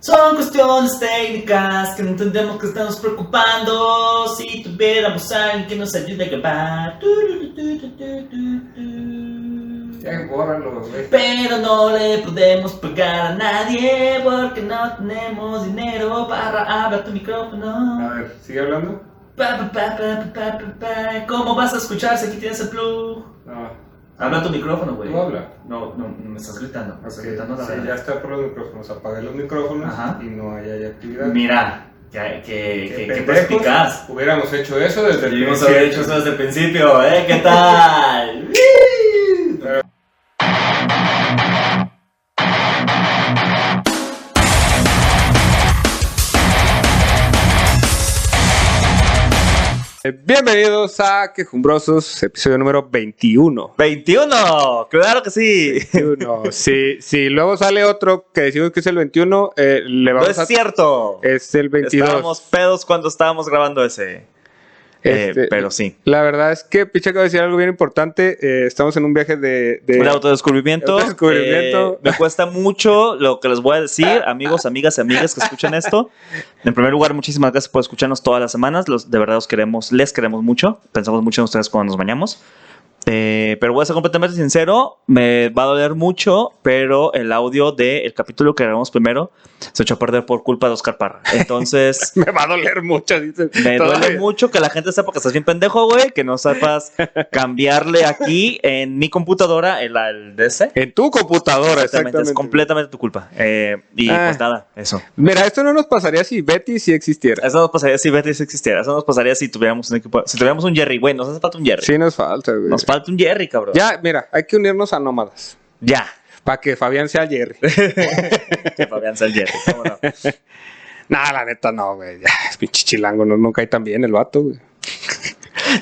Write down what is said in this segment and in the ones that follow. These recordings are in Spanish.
Son cuestiones técnicas que no entendemos que estamos preocupando. Si tuviéramos a alguien que nos ayude a grabar. Ya, bórralo, güey. Pero no le podemos pagar a nadie porque no tenemos dinero para abrir tu micrófono. A ver, sigue hablando. Pa, pa, pa, pa, pa, pa, pa. ¿Cómo vas a escuchar si aquí tienes el plug? No, Habla tu micrófono, güey. tú habla. No, no, me estás gritando. Me Ok, estás gritando la sí, verdad. ya está por los micrófonos. Apagué los micrófonos Ajá. y no hay, hay actividad. Mira, que, que, Qué que, que pendejos. perspicaz. Hubiéramos hecho eso desde el Debimos principio. haber hecho eso desde el principio, ¿eh? ¿Qué tal? Eh, Bienvenidos a Quejumbrosos, episodio número 21. 21, claro que sí. 21. si, si luego sale otro que decimos que es el 21, eh, le No vamos es a... Eh, cierto. Es el 22. Estábamos pedos cuando estábamos grabando ese. Eh, Este, pero sí. La verdad es que, picha, acabo de decir algo bien importante. eh, estamos en un viaje de... de- Un autodescubrimiento. Este, Autodescubrimiento. Eh, me cuesta mucho lo que les voy a decir, amigos, amigas y amigas que escuchan esto. En primer lugar, muchísimas gracias por escucharnos todas las semanas. Los, de verdad, los queremos, les queremos mucho. Pensamos mucho en ustedes cuando nos bañamos. Eh, pero voy a ser completamente sincero, me va a doler mucho, pero el audio del capítulo que grabamos primero se echó a perder por culpa de Oscar Parra. Entonces, Me va a doler mucho, dices. Me duele Todavía. mucho que la gente sepa que estás bien pendejo, güey, que no sepas cambiarle aquí en mi computadora el, el DC. En tu computadora, exactamente. es completamente tu culpa. Eh, y Ah. pues nada, eso. Mira, esto no nos pasaría si Betty sí existiera. Eso nos pasaría si Betis existiera. Eso nos pasaría si tuviéramos un equipo. Si tuviéramos un Jerry, güey, nos hace falta un Jerry. Sí nos falta, güey. Nos falta un Jerry, cabrón. Ya, mira, hay que unirnos a nómadas. Ya. Para que Fabián sea Jerry. Que Fabián sea el Jerry. cómo no. nah, la neta no, güey. Ya, es pinche chilango, no, no cae tan bien el vato, güey.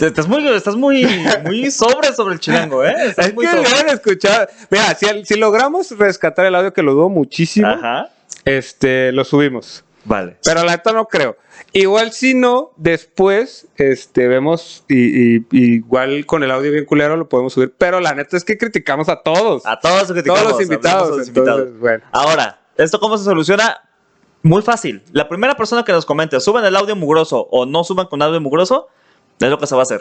Estás muy, estás muy, muy sobre sobre el chilango, ¿eh? Estás Es que muy sobre. lo han escuchado. Mira, si, si logramos rescatar el audio, que lo dudo muchísimo, Ajá. este, lo subimos. Vale. Pero la neta no creo. Igual si no, después este, vemos y, y- y igual con el audio bien culero lo podemos subir. Pero la neta es que criticamos a todos. A todos los que todos los criticamos, hablamos invitados. a entonces, los invitados. bueno. Ahora, ¿esto cómo se soluciona? Muy fácil. La primera persona que nos comente, suben el audio mugroso o no suban con audio mugroso, es lo que se va a hacer.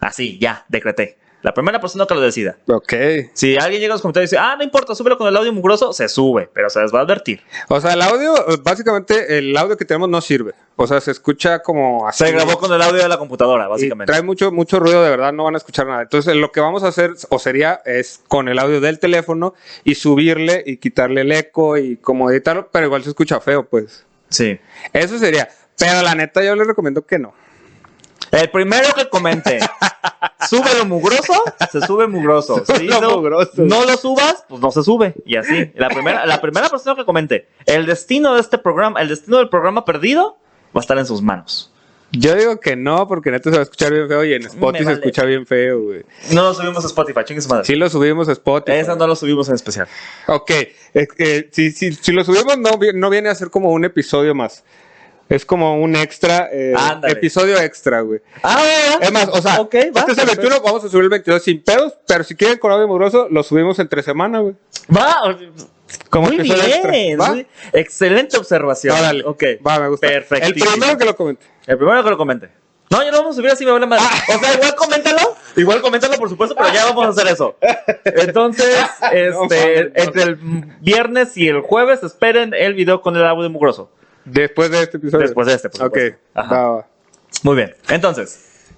Así, ya, decreté. La primera persona que lo decida. Ok. Si alguien llega a los comentarios y dice, ah, no importa, súbelo con el audio mugroso, se sube, pero se les va a advertir. O sea, el audio, básicamente el audio que tenemos no sirve. O sea, se escucha como así. Se grabó con el audio de la computadora, y básicamente. trae mucho, mucho ruido, de verdad, no van a escuchar nada. Entonces, lo que vamos a hacer, o sería, es con el audio del teléfono y subirle y quitarle el eco y como editarlo, pero igual se escucha feo, pues. Sí. Eso sería. Pero la neta, yo les recomiendo que no. El primero que comente, súbelo mugroso, se sube mugroso. Si Súbelo no, mugroso. no lo subas, pues no se sube. Y así. La primera, la primera persona que comente, el destino de este programa, el destino del programa perdido, va a estar en sus manos. Yo digo que no, porque neta se va a escuchar bien feo y en Spotify vale. se escucha bien feo, güey. No lo subimos a Spotify, chingue su madre. Sí lo subimos a Spotify. Esa no lo subimos en especial. Ok, eh, eh, si, si- si lo subimos no, vi- no viene a ser como un episodio más. Es como un extra, eh, Ándale. episodio extra, güey. Ah, Es más, o sea, Ok, este va, es el perfecto. 21, vamos a subir el 22 sin pedos, pero si quieren con audio mugroso, lo subimos entre semana, güey. va. Como Muy episodio extra, bien. ¿va? sí. Excelente observación. Órale. Ok. Va, me gusta. El Perfectísimo. primero que lo comente. El primero que lo comente. No, ya lo vamos a subir así, me vale madre. O sea, igual coméntalo. Igual coméntalo, por supuesto, pero ya vamos a hacer eso. Entonces, No este, mames, no. entre el viernes y el jueves, esperen el video con el audio mugroso. Después de este episodio. Después de este, por Ok, supuesto. Ajá. va, va. Muy bien. Entonces,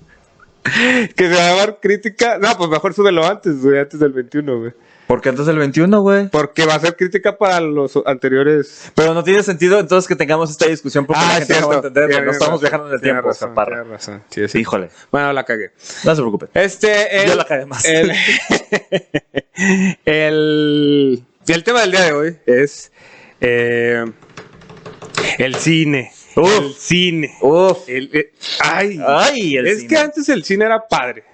Que se va a llamar crítica. No, pues mejor súbelo antes, güey, antes del 21, güey. porque entonces el 21, güey. Porque va a ser crítica para los anteriores. Pero no tiene sentido entonces que tengamos esta discusión porque la Ah, es gente no cierto. va a entender que Tienes no estamos razón, viajando en el tienes tiempo, razón, Oscar Parra. tienes razón. Sí, sí. Híjole, Bueno, la cagué. no se preocupen. Este. Yo el- la cagué más. El, el, el tema del día de hoy es eh, el cine. Uf. El cine. Uf. El- eh, ay, Ay, el es cine. que antes el cine era padre.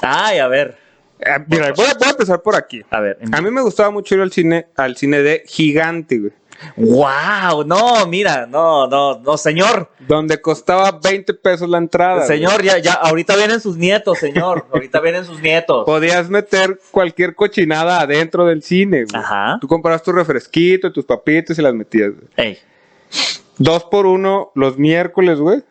Ay, a ver. Eh, mira, voy, a- voy a empezar por aquí. A ver. A mí me gustaba mucho ir al cine, al cine de gigante, güey. Wow, no, mira, no, no, no, señor. Donde costaba 20 pesos la entrada. güey. Señor, ya, ya, ahorita vienen sus nietos, señor. Ahorita vienen sus nietos. Podías meter cualquier cochinada adentro del cine, güey. Ajá. Tú comprabas tu refresquito, tus papitas y las metías. güey. Ey, Dos por uno los miércoles, güey.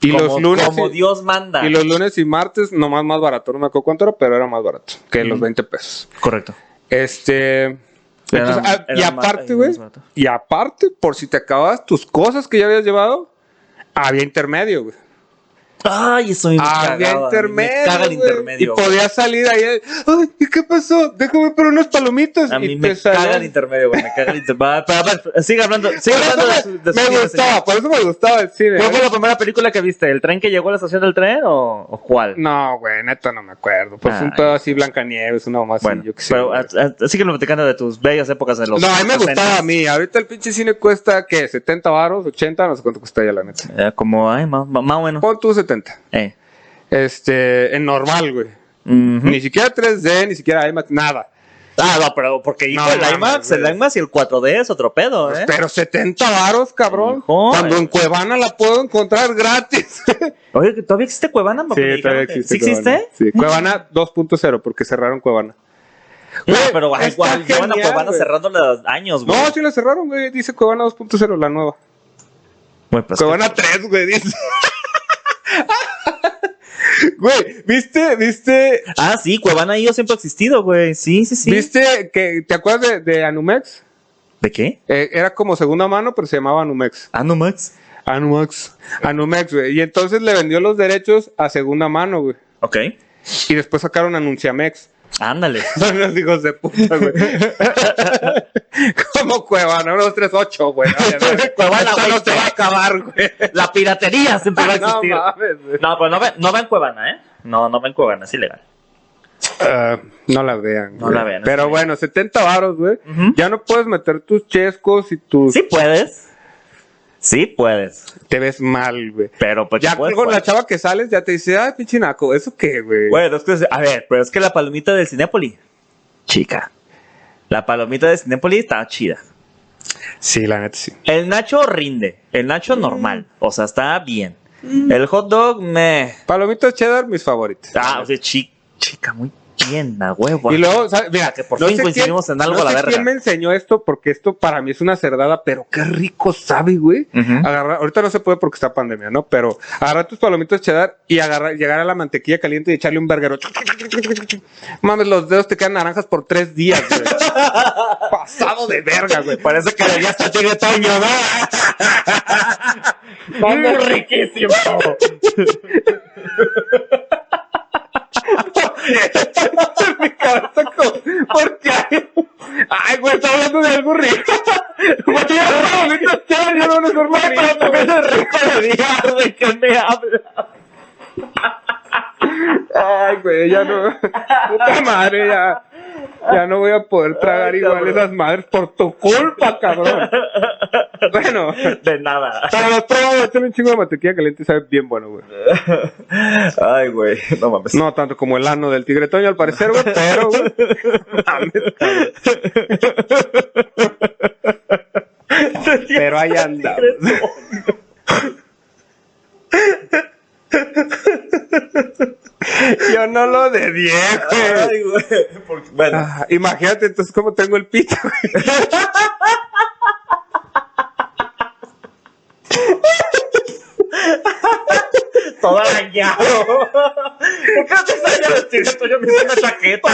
Y como, los lunes. Como y- Dios manda. y los lunes y martes, nomás más barato. No me acuerdo cuánto era, pero era más barato que los Ujú. 20 pesos. Correcto. Este. Era- entonces, ah, y era más- aparte, era güey. más barato. Y aparte, por si te acababas tus cosas que ya habías llevado, había intermedio, güey. Ay, eso me Había cagaba, intermedio. Me caga el güey. intermedio. Y güey. podías salir ahí. Ay, ¿y ¿qué pasó? Déjame por unos palomitas. A y mí te me salían. caga el intermedio, güey. Me caga el intermedio. Va, va, va, Sigue hablando. Sigue Por hablando de eso su- me, de su me vida, gustaba, por eso me gustaba el cine. señor. ¿Cuál fue la primera película que viste? ¿El tren que llegó a la estación del tren o, o cuál? No, güey, neta no me acuerdo. Pues Ah, un pedo así, Blancanieves, una mamá bueno, así, yo qué sé. pero güey. a- a- sígueme platicando de tus bellas épocas de los. No, a mí me 60s. gustaba a mí. Ahorita el pinche cine cuesta, ¿qué? ¿70 baros? ¿80? No sé cuánto cuesta ya, la neta. Era como, ay, más, más o menos. Pon tú 70. Eh. Este, en normal, güey. Ujú. Ni siquiera 3D, ni siquiera IMAX, nada. Ah, no, pero porque hijo, No, Pues el mames, IMAX, güey. el IMAX y el 4D es otro pedo, ¿eh? Pero 70 varos, cabrón. Hijo, Cuando eh. en Cuevana la puedo encontrar gratis. Oye, que ¿todavía existe Cuevana? Porque me dijeron que- ¿Sí existe? Sí, Cuevana 2.0, porque cerraron Cuevana. No, Güey, pero ay, está igual, llevan a genial, Cuevana güey. cerrando los años, güey. No, sí la cerraron, güey. Dice Cuevana 2.0, la nueva. Güey, pues, Cuevana 3, güey, dice. Güey, ¿viste, viste Ah, sí, Cuevana ahí yo siempre ha existido, güey. Sí, sí, sí. ¿Viste que te acuerdas de, de Anumex? ¿De qué? Eh, era como segunda mano, pero se llamaba Anumex. Ah, no, Max. Anumex. Anumex, güey. Y entonces le vendió los derechos a segunda mano, güey. Ok. Y después sacaron Anunciamex. Ándale. Son los hijos de puta, güey. como Cuevana, unos 3-8, güey. Cuevana, Cuevana, güey, no se va a acabar, güey. La piratería siempre va a No existir. No, mames, güey. pero no va, no va en Cuevana, ¿eh? No, no va en Cuevana, es ilegal. Ah, no la vean. No güey. la vean, está Pero bien. bueno, 70 varos, güey. Ujú. Ya no puedes meter tus chescos y tus. Sí puedes. Sí puedes. Te ves mal, güey. Pero pues Ya puedes, con la puedes. chava que sales ya te dice, ay, pinche naco, ¿eso qué, güey? Bueno, es que, a ver, pero es que la palomita del Cinépoli. Chica. La palomita del Cinépoli está chida. Sí, la neta sí. El Nacho rinde. El Nacho normal. O sea, está bien. El hot dog, me. Palomitas cheddar, mis favoritas. Ah, o sea, chi- chica, muy bien, la huevo. y luego, ¿sabes? mira, que por fin sé coincidimos quién- en algo, no la sé verga. ¿Quién me enseñó esto? Porque esto para mí es una cerdada, pero qué rico sabe, güey. Ujú. Agarrar, ahorita no se puede porque está pandemia, ¿no? Pero agarrar tus palomitas cheddar y agarrar, llegar a la mantequilla caliente y echarle un verguero. Chuc, chuc, chuc, chuc, chuc, chuc, chuc. Mames, los dedos te quedan naranjas por tres días, güey. Pasado de verga, güey. Parece que ya está tiene Toño, ¿no? Mames, riquísimo. mi cabeza como, ¿por qué? Ay, güey, está hablando de algo rico. Güey, yo no me molesta, ya, yo no me normal, pero también es rico. ¿De qué me habla? Ay, güey, ya no. Puta madre, ya. Ya no voy a poder tragar Ay, igual cabrón. esas madres por tu culpa, cabrón. Bueno, De nada. para los pruebas, echarle un chingo de mantequilla caliente sabe bien bueno, güey. Ay, güey, no mames. No tanto como el ano del tigre Toño, al parecer, güey, pero, güey. Ah, mames, cabrón. Pero ahí anda. Yo no lo dedié, güey. Ay, güey. porque- Bueno, Ah, imagínate entonces cómo tengo el pito. güey. todo arañado. ¿Por qué no te extraña vestir? Esto yo me hice una chaqueta.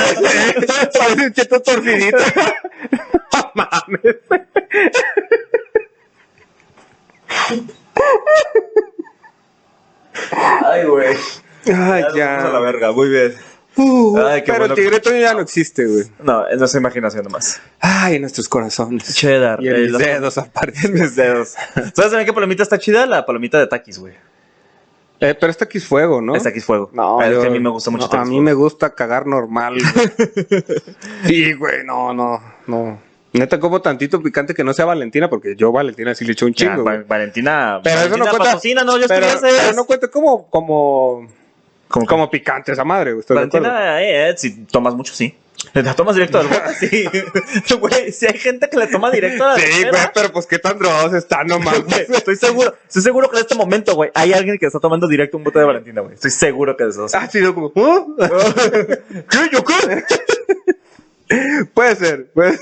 Parece un cheto torcidito. No mames. Ay, güey. Ay, nos fuimos ya. verga, muy bien. Uh, Ay, qué pero bueno el tigre Toño ya no existe, güey. No, es nuestra imaginación nomás. Ay, nuestros corazones. Cheddar. y en mis dedos aparte. mis dedos. ¿Sabes también qué palomita está chida? La palomita de Takis, güey. Eh, pero esta aquí es fuego, ¿no? Es Takis Fuego. No, es yo- que a mí me gusta mucho no, a mí me gusta cagar normal. güey. sí, güey, no, no, no. Neta como tantito picante que no sea Valentina, porque yo Valentina sí le echo un Ya, chingo. Va- güey. Valentina. Pero eso no Valentina cuenta. patrocina, no, yo pero, estoy ese. pero no cuenta como, como, Como- como picante esa madre, güey. ¿estás de acuerdo? Valentina, eh, eh, si tomas mucho, sí. La tomas directo del bote, sí. Güey, si hay gente que la toma directo a la Sí, güey, tetera, pero pues qué tan drogados están nomás. güey, Estoy seguro, estoy seguro que en este momento, güey, hay alguien que está tomando directo un bote de Valentina, güey. Estoy seguro que de esos. ha sido como, ¿ah? ¿Qué? ¿Yo qué? Puede ser. puede-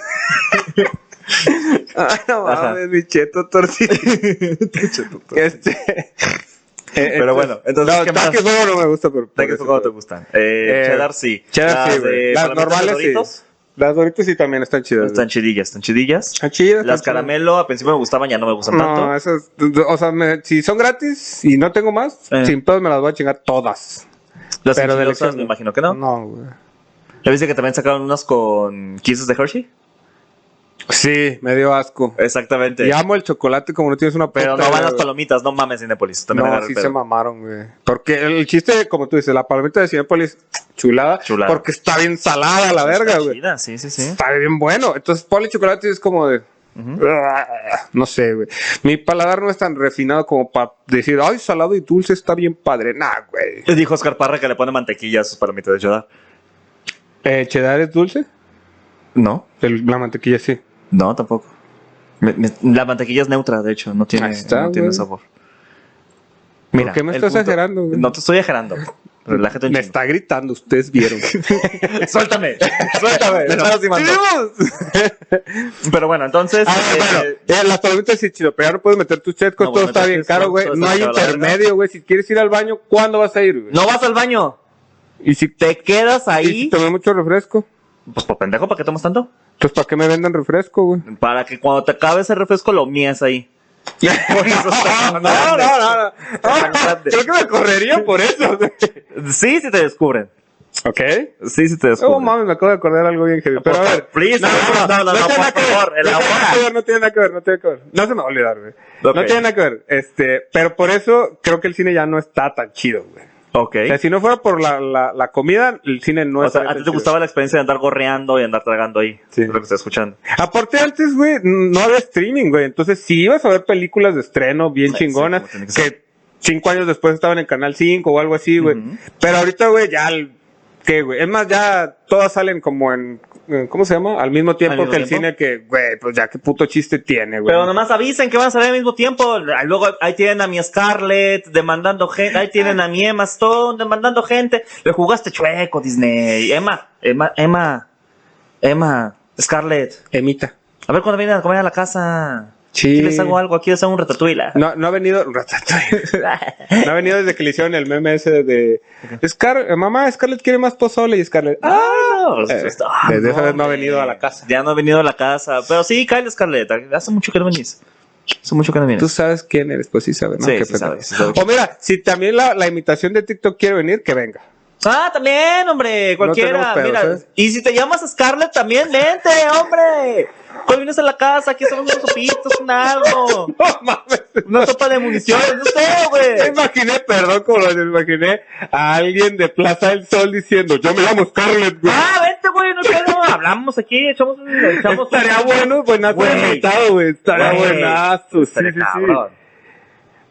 Ay, no Ajá. mames, mi cheto torcido. este. Pero bueno, entonces, No, ¿qué más? taques fuego no me gusta, pero. por Taques Fuego eso, te gustan. Eh, Eh, cheddar sí. cheddar sí, de güey. Las palomitas normales de sí. Doritos pero- Las doritas sí también están chidas. Están güey. chidillas, están chidillas. Están chidas. están Las chidas. caramelo al principio me gustaban, ya no me gustan No, tanto. esas. O sea, me- si son gratis y no tengo más, Eh. sin pedos me las voy a chingar todas. Las pero de enchilosas elección, me no. imagino que no. No, güey. ¿Ya viste que también sacaron unas con kisses de Hershey? Sí, me dio asco. Exactamente. Y amo el chocolate como no tienes una Este. Pero puta no van idea, las güey. palomitas, no mames, Cinépolis. También no, agarra el sí pedo. se mamaron, güey. Porque el chiste, como tú dices, la palomita de Cinépolis, chulada, Chulada. Porque está bien salada la verga, Está güey. chida, Sí, sí, sí. Está bien bueno. Entonces, ponle chocolate y es como de. Ujú. No sé, güey. Mi paladar no es tan refinado como para decir, ay, salado y dulce está bien padre. Nah, güey. Le dijo Oscar Parra que le pone mantequilla a sus palomitas de cheddar. Eh, ¿Cheddar es dulce? No, El- la mantequilla sí. no, tampoco. Me- me- la mantequilla es neutra, de hecho, no tiene, Ahí está, no tiene güey. sabor. ¿Por qué me el estás punto- exagerando, güey? No te estoy exagerando. Relájate un Me chingo. está gritando, ustedes vieron. Suéltame, suéltame. Me está lastimando. Pero bueno, entonces. Ah, eh, bueno, eh, las palomitas sí, chido, pero ya no puedes meter tus chetos, No, todo bueno, está bien entonces, caro, todo güey. está No hay caro, la intermedio, güey. Si quieres ir al baño, ¿cuándo vas a ir, güey? No vas al baño. Y si, Te quedas y si ahí. tomé mucho refresco, Pues por pendejo, ¿para qué tomas tanto? entonces ¿para qué me vendan refresco, güey? Para que cuando te acabes el refresco lo mías ahí. Por eso está no, tan no, grande. no, no. tan grande. Creo que me correría por eso, güey. Sí, sí te descubren. ¿Ok? Sí, sí te descubren. Oh, mames, me acabo de acordar algo bien heavy. Pero a ver. Please, no, no, no, no, tiene nada por que ver, no tiene nada favor, elabora. que ver, No tiene nada que ver, no tiene que ver. No se me va a olvidar, güey. Ok. No tiene nada que ver. Este, pero por eso creo que el cine ya no está tan chido, güey. Ok. O sea, si no fuera por la, la, la comida, el cine no O está sea, tan a ti te chido. gustaba la experiencia de andar gorreando y andar tragando ahí. Sí. Es lo que estoy escuchando. Aparte, antes, güey, no había streaming, güey. Entonces, si ibas a ver películas de estreno bien Sí, chingonas, sí, como tiene que que cinco años después estaban en Canal 5 o algo así, güey. Ujú. Pero ahorita, güey, ya... el- ¿Qué, güey? Es más, ya todas salen como en... en- ¿Cómo se llama? Al mismo tiempo ¿Al mismo que el tiempo? cine que, güey, pues ya qué puto chiste tiene, güey. Pero nomás avisen que van a salir al mismo tiempo. Ah, Luego ahí tienen a mi Scarlett demandando gente. Ahí Ah. tienen a mi Emma Stone demandando gente. Le jugaste chueco, Disney. Emma, Emma, Emma, Emma, Scarlett. Emita. A ver cuándo vienen a comer a la casa. Sí. Aquí les hago algo, aquí les hago un ratatuila. No, no ha venido... no ha venido desde que le hicieron el meme ese de... Scar... Mamá, Scarlett quiere más pozole y Scarlett... ¡Ah! no, Eh, desde esa vez no ha venido a la casa. Ya no ha venido a la casa. Pero sí, Kyle Scarlett. Hace mucho que no venís. Hace mucho que no vienes. Tú sabes quién eres, pues sí sabes, ¿no? Sí, Qué sí pena. sabes, sí sabes. O mira, si también la, la imitación de TikTok quiere venir, que venga. Ah, también, hombre, tenemos cualquiera. pedos, ¿eh? Mira, ¿sabes? y si te llamas Scarlett también, vente, hombre. Cuando vienes a la casa, aquí estamos unos sopitos, un algo. No mames. Una sopa de municiones, no sé, Me güey. imaginé, perdón, como lo imaginé a alguien de Plaza del Sol diciendo, yo me llamo Scarlett, güey. Ah, vente, güey, no sé, no, hablamos aquí, echamos un... Echamos un- Estaría bueno, buenazo Güey. invitado, güey. Estaría Güey. buenazo. sí, Estaría sí, sí. cabrón.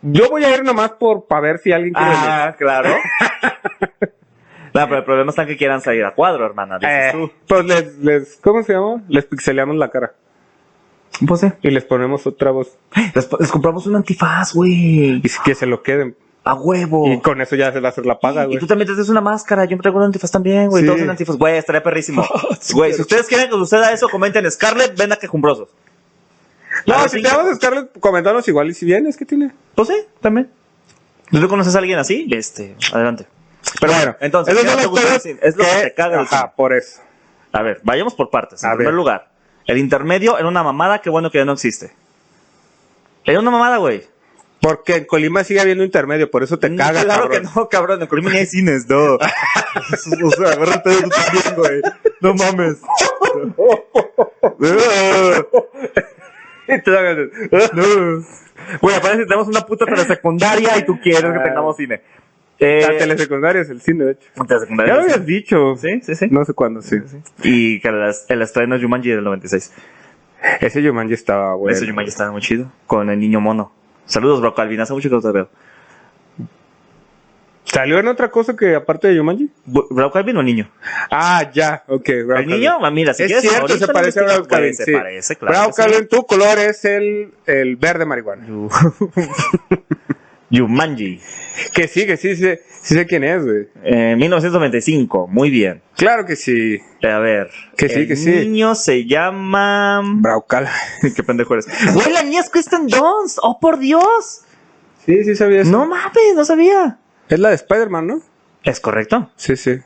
Yo voy a ir nomás por para ver si alguien quiere venir. Ah, claro. No, pero el problema está en que quieran salir a cuadro, hermana, dices Eh, pues les, les, ¿cómo se llama? Les pixeleamos la cara tú. Pues sí. y les ponemos otra voz Les, les compramos un antifaz, y güey. que se lo queden. A huevo. Y con eso ya se va a hacer la paga, Y güey. tú también te haces una máscara. Yo me traigo un antifaz también, güey. Sí. Oh, Todos en antifaz. Güey, estaría perrísimo. sí, Güey, si pero- ustedes quieren que suceda eso, comenten Scarlett, ven a quejumbrosos. A No, ver, si sí. te vamos a Scarlett, comentanos igual y si vienes, ¿qué tiene? Pues sí, también. ¿Tú conoces a alguien así? Este, adelante. Pero bueno, entonces, esas ¿qué son no te las gusta cosas del cine? Es lo que te caga del cine. Ajá, por eso. A ver, vayamos por partes. En A primer ver. lugar, el intermedio era una mamada, qué bueno que ya no existe. Era una mamada, güey. Porque en Colima sigue habiendo intermedio, por eso te Mm, caga, Claro cabrón. que no, cabrón. En Colombia ni hay cines, no. o sea, agárrate de tú también, güey. No mames. Y tú lo hagas. No. Güey, aparece tenemos una puta telesecundaria y tú quieres que Ah. tengamos cine. Eh, La telesecundaria es el cine, de hecho. Ya lo telesecundaria. habías dicho. Sí, sí, sí. No sé cuándo, sí. Y que las- el estreno de Jumanji del 96. Ese Yumanji estaba bueno. Ese Jumanji estaba muy chido. Con el niño mono. Saludos, Bro Calvin. Hace mucho que no te veo. ¿Salió en otra cosa que aparte de Yumanji? Bu- ¿Bro Calvin o el niño? Ah, ya, ok. Bravo, El niño, Calvin. ah, mira, si es quieres. cierto, ahorita se lo parece a investigamos, Bravo Calvin. güey, Se sí. parece, claro. Bravo que sí. Calvin, tu color es el, el verde marihuana. Yumanji. Que sí, que sí, sí, sé- sí sé quién es, güey. Eh, 1995, muy bien. Claro que sí. Eh, A ver. Que sí, el que sí. niño se llama. Braucal. Qué pendejo eres. Güey, la niña es Kristen Dunst. Oh, por Dios. Sí, sí sabía eso. No mames, no sabía. Es la de Spider-Man, ¿no? Es correcto. Sí, sí.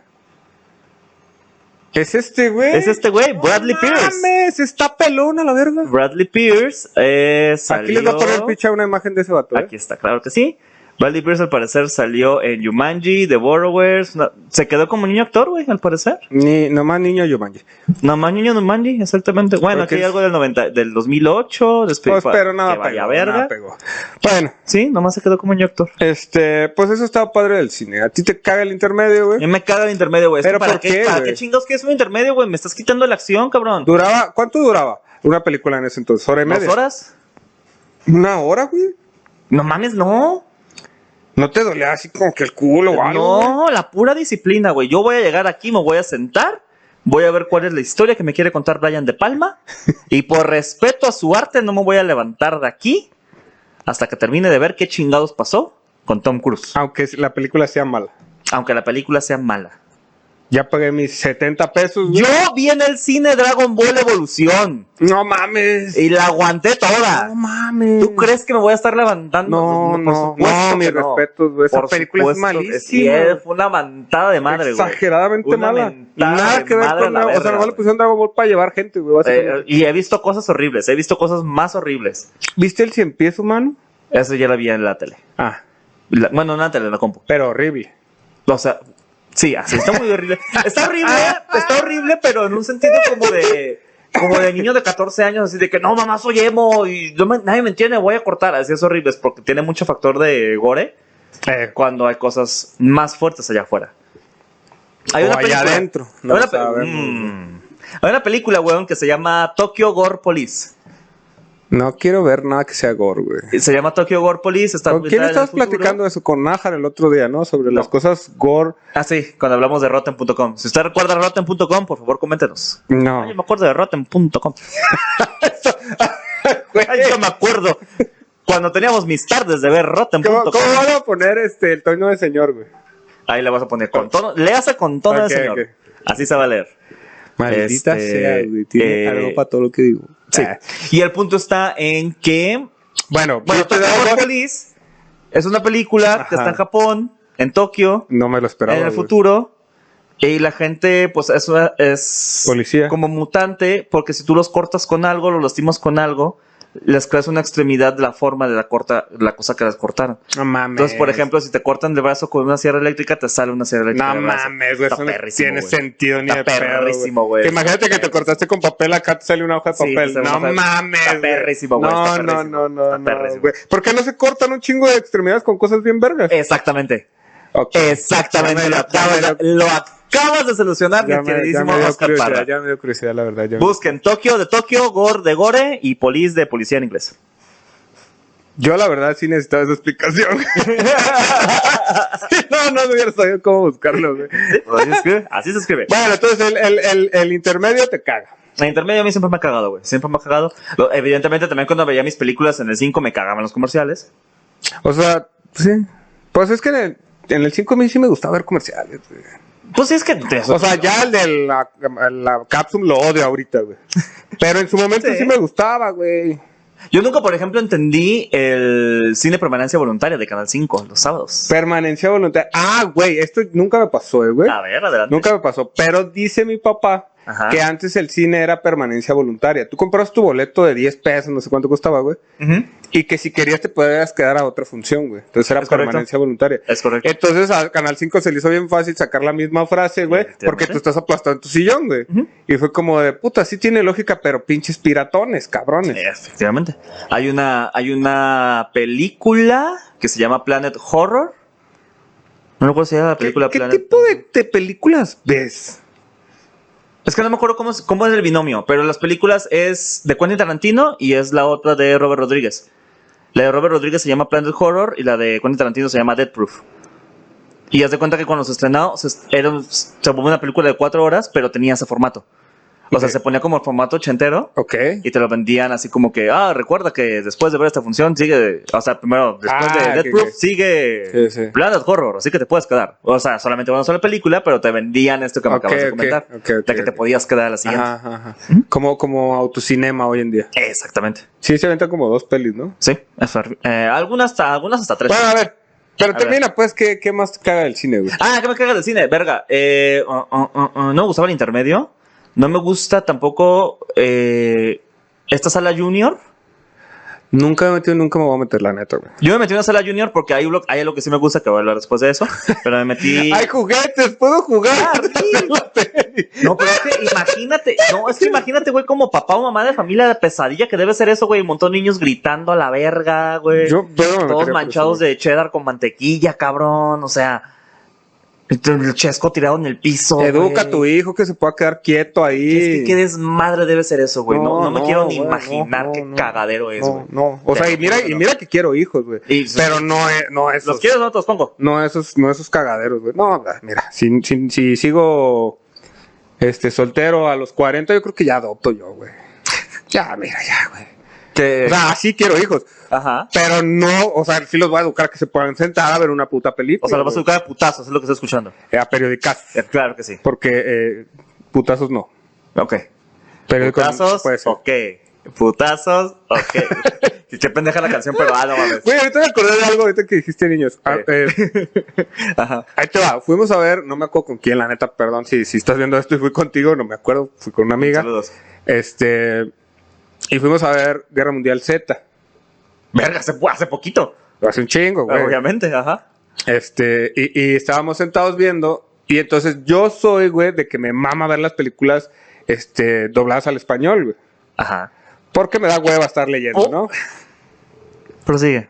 Es este, güey. Es este güey, Bradley ¡No Pierce. mames! Está pelón a la verga. Bradley Pierce eh, salió. Aquí les va a poner picha una imagen de ese vato. ¿eh? Aquí está, claro que sí. Bradley Pierce al parecer salió en Jumanji, The Borrowers. no- se quedó como niño actor, güey, al parecer. Ni, nomás niño Yumanji. Nomás niño Jumanji, exactamente. Bueno, Porque aquí hay es- algo del 90, del 2008, después Pues, pero nada que vaya pegó, verga. nada pegó. Bueno, Sí, nomás se quedó como niño actor. este, pues eso estaba padre del cine. A ti te caga el intermedio, A mí güey. me caga el intermedio, güey. Es que ¿Pero ¿Para por qué, ¿Para güey? qué chingados que es un intermedio, güey? Me estás quitando la acción, cabrón. Duraba, ¿cuánto duraba? Una película en ese entonces, hora y ¿Dos media. horas? Una hora, güey. No mames, no. No te dolía así como que el culo o algo. güey? No, la pura disciplina, güey. Yo voy a llegar aquí, me voy a sentar, voy a ver cuál es la historia que me quiere contar Brian De Palma y por respeto a su arte no me voy a levantar de aquí hasta que termine de ver qué chingados pasó con Tom Cruise. Aunque la película sea mala. Aunque la película sea mala. Ya pagué mis 70 pesos, güey. Yo vi en el cine Dragon Ball Evolución No mames. y la aguanté toda. No mames. Pues, ¿Tú crees que me voy a estar levantando? No, por no, supuesto no, que mis respetos, güey. Esa Por película es supuesto que sí, malísima. eh, fue una mantada de madre, güey. Exageradamente Una mala. mentada Nada de que ver madre a con la nada. O sea, verga, nomás le güey. pusieron Dragon Ball para llevar gente, güey. básicamente. Eh, y he visto cosas horribles, he visto cosas más horribles. ¿Viste el cien pies humano? Eso ya la vi en la tele. Ah, La- bueno, no en la tele, en la compu. pero horrible. O sea, sí, así está muy horrible. Está horrible, está horrible, pero en un sentido como de como de niño de 14 años, así de que no, mamá, soy emo y no me- nadie me entiende, voy a cortar. Así es horrible, es porque tiene mucho factor de gore Eh, cuando hay cosas más fuertes allá afuera. O allá adentro, no hay, una pe- sabemos. Mm. Hay una película, weón, que se llama Tokyo Gore Police. no quiero ver nada que sea gore, güey. Se llama Tokyo Gore Police. Está ¿Con quién ambientada en el estabas futuro. platicando eso? Con Nájar el otro día, ¿no? Sobre No. las cosas gore. Ah, sí, cuando hablamos de Rotten.com. Si usted recuerda Rotten.com, por favor, coméntenos. No. Ay, yo me acuerdo de Rotten.com. Ay, yo me acuerdo. Cuando teníamos mis tardes de ver ¿Cómo, Rotten.com. cómo van a poner este, el tono de señor, güey? Ahí le vas a poner con tono. Léase con tono Ok, de señor. ok. Así se va a leer. Maldita Este, sea, güey. Tiene eh, algo para todo lo que digo. Sí. Ah. Y el punto está en que. Bueno, Bueno, ¿viste Tokyo Dragon Gore Ball? Police es una película Ajá. que está en Japón, en Tokio. No me lo esperaba. en el güey. futuro. Y la gente, pues, es, una- es Policía. como mutante, porque si tú los cortas con algo, los lastimas con algo, les creas una extremidad de la forma de la corta, la cosa que las cortaron. No mames. Entonces, por ejemplo, este si te cortan el brazo con una sierra eléctrica, te sale una sierra eléctrica. No en el brazo. mames, güey. Está Eso no perrísimo, tiene güey. sentido ni Está de pedo, perrísimo, güey. Que Imagínate que te cortaste con papel, acá te sale una hoja de Sí, te papel. sale no una hoja de- mames. Está güey. perrísimo, güey, No, está no, perrísimo, no, no, está no. perrísimo. Eh, güey. ¿Por qué no se cortan un chingo de extremidades con cosas bien vergas? Exactamente. Ok. eh, Ya Exactamente. me Lo dio- acabas, ya me de- lo acabas de solucionar, mi Ya me, ya queridísimo me dio Oscar curiosidad, Parra. ya me dio curiosidad, la verdad. ya me- Busquen Tokio de Tokio, Gore de Gore y Police de Policía en inglés. Yo, la verdad, sí necesitaba esa explicación. no, no hubiera sabido cómo buscarlo, güey. Así se escribe. Así se escribe. Bueno, entonces el, el, el, el intermedio te caga. En intermedio a mí siempre me ha cagado, güey. Siempre me ha cagado. Lo- evidentemente también cuando veía mis películas en el 5 me cagaban los comerciales. O sea, sí. Pues es que en el, en el 5 a mí sí me gustaba ver comerciales, güey. Pues sí, es que... O sea, ya el de la, la Capsule lo odio ahorita, güey. Pero en su momento sí, Sí. me gustaba, güey. Yo nunca, por ejemplo, entendí el cine permanencia voluntaria de Canal 5 los sábados. Permanencia voluntaria. Ah, güey, esto nunca me pasó, eh, güey. A ver, adelante. Nunca me pasó. Pero dice mi papá Ajá. que antes el cine era permanencia voluntaria. Tú compras tu boleto de 10 pesos, no sé cuánto costaba, güey. Ujú. Y que si querías te podías quedar a otra función, güey. Entonces era Es correcto. permanencia voluntaria. Es correcto. Entonces a Canal 5 se le hizo bien fácil sacar la misma frase, güey, Efectivamente. porque tú estás aplastando tu sillón, güey. Ujú. Y fue como de puta, sí tiene lógica, pero pinches piratones, cabrones. Eh, Efectivamente. Hay una, hay una película que se llama Planet Horror. No recuerdo si era la película ¿Qué, qué Planet tipo de, de películas ves? Es que no me acuerdo cómo es, cómo es el binomio, pero las películas es de Quentin Tarantino y es la otra de Robert Rodríguez. La de Robert Rodríguez se llama Planet Horror y la de Quentin Tarantino se llama Dead Proof. Y haz de cuenta que cuando se estrenó, se, est- era un- se volvió una película de cuatro horas, pero tenía ese formato. O sea, se ponía como formato ochentero Ok. y te lo vendían así como que, ah, recuerda que después de ver esta función sigue, o sea, primero, después Ah, de Death que- Proof que- sigue Sí, sí. Planet Horror, así que te puedes quedar. O sea, solamente una sola película, pero te vendían esto que me Ok, acabas de ok, comentar, ok, ok, de que te ok. podías quedar a la siguiente. Ajá, ajá, ajá. Como, como autocinema hoy en día. Exactamente. Sí, se aventan como dos pelis, ¿no? Sí, es horrible. Eh, algunas, hasta, algunas hasta tres. Bueno, a ver. Pero A termina, pues, ¿qué, ¿qué más caga del cine, güey? Ah, que me cagas del cine, verga. Eh, uh, uh, uh, uh, no me gustaba el intermedio. No me gusta tampoco eh, esta sala junior. Nunca me he metido, nunca me voy a meter, la neta, güey. Yo me metí en una sala junior porque hay, lo- hay algo que sí me gusta, que voy a hablar después de eso. Pero me metí... ¡Hay juguetes! ¡Puedo jugar! Ah, No, pero es que imagínate, no, es que imagínate, güey, como papá o mamá de familia de pesadilla que debe ser eso, güey. Un montón de niños gritando a la verga, güey. Yo, yo no me metería por Todos eso, manchados güey. de cheddar con mantequilla, cabrón. O sea, el chesco tirado en el piso. Educa güey. a tu hijo que se pueda quedar quieto ahí. Es que qué desmadre debe ser eso, güey. No, No, no me no, quiero ni güey, imaginar no, qué no, cagadero es, pues, güey. no, no. O sea, Te y lo mira, juro que y no. mira que quiero hijos, güey. Y- Pero no, eh, no ¿Los esos. quieres o no te los pongo? No esos, no esos cagaderos, güey. No, güey, mira, si, si, si sigo este soltero a los 40, yo creo que ya adopto yo, güey. Ya, mira, ya, güey. O sea, sí quiero hijos, Ajá. pero no, o sea, sí los voy a educar que se puedan sentar a ver una puta película. O sea, lo vas a güey. educar a putazos, es lo que estoy escuchando. Eh, a periodicas, Eh, Claro que sí. porque eh, putazos no. Ok. Periódicos Putazos, puede ser. ok. Putazos, ok. Qué pendeja la canción, pero ah, no mames. Güey, ahorita me acordé de algo ahorita que dijiste, niños. Ah, eh, Ajá. Ahí te va, fuimos a ver, no me acuerdo con quién, la neta, perdón, si, si estás viendo esto y fui contigo, no me acuerdo, fui con una amiga. Saludos. Este, y fuimos a ver Guerra Mundial Z, Verga, se fue hace poquito. hace un chingo, Ah, güey. Obviamente, ajá. Este, y, y estábamos sentados viendo, y entonces yo soy, güey, de que me mama ver las películas, este, dobladas al español, güey. Ajá. Porque me da hueva estar leyendo, Oh. ¿no? Prosigue.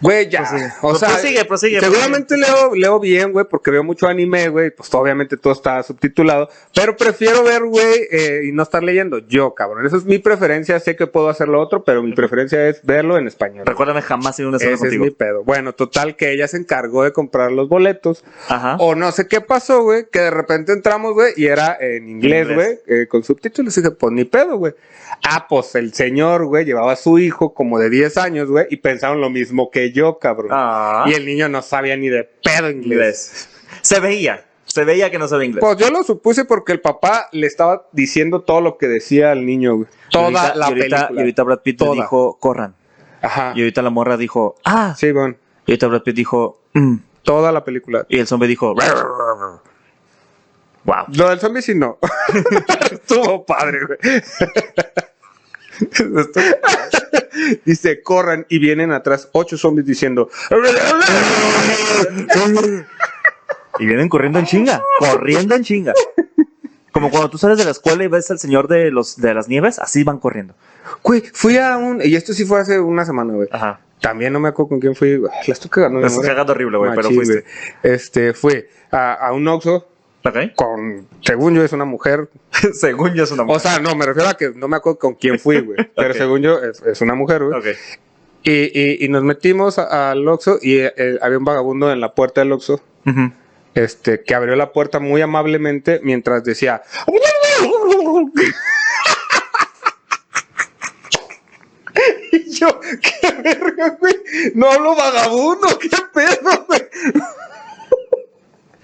Güey, ya. Prosigue. O sea, Pues Prosigue, prosigue, Seguramente leo, leo bien, güey, porque veo mucho anime, güey. Pues obviamente todo está subtitulado. Pero prefiero ver, güey, eh, y no estar leyendo. Yo, cabrón. Esa es mi preferencia. Sé que puedo hacer lo otro, pero mi preferencia es verlo en español. Recuérdame jamás ir a una escena Ese es contigo. mi pedo. Bueno, total que ella se encargó de comprar los boletos. Ajá. O no sé qué pasó, güey, que de repente entramos, güey, y era en inglés, Inglés. güey, eh, con subtítulos. Y dije, pues ni pedo, güey. Ah, pues el señor, güey, llevaba a su hijo como de 10 años, güey, y pensaron lo mismo que yo, cabrón. Ah. Y el niño no sabía ni de pedo inglés. Inglés. Se veía. Se veía que no sabía inglés. Pues yo lo supuse porque el papá le estaba diciendo todo lo que decía al niño, güey. Toda Y la ahorita- y ahorita, película. Y ahorita Brad Pitt le Toda. dijo, corran. Ajá. Y ahorita la morra dijo, ah. Sí, bueno. Y ahorita Brad Pitt dijo, mm. Toda la película. Y el zombie dijo, wow. Lo del zombie sí no. Estuvo padre, güey. Estuvo padre. Dice, corran y vienen atrás ocho zombies diciendo. Y vienen corriendo en chinga, corriendo en chinga. Como cuando tú sales de la escuela y ves al señor de, los, de las nieves, así van corriendo. Güey, fui a un. Y esto sí fue hace una semana, güey. Ajá. También no me acuerdo con quién fui. güey. La estoy cagando. mi La estás madre. cagando horrible, güey, pero Machín, fuiste. güey. Este, fue a, a un Oxxo ¿Ok? con, según yo, es una mujer. Según yo es una O mujer. sea, no, me refiero a que no me acuerdo con quién fui, güey. Pero Ok. según yo, es, es una mujer, güey. Ok. Y, y, y nos metimos a- al Oxxo y eh, eh, había un vagabundo en la puerta del Oxxo. Ujú. Este, que abrió la puerta muy amablemente mientras decía. Y yo, qué verga, güey. No hablo vagabundo, qué pedo, güey.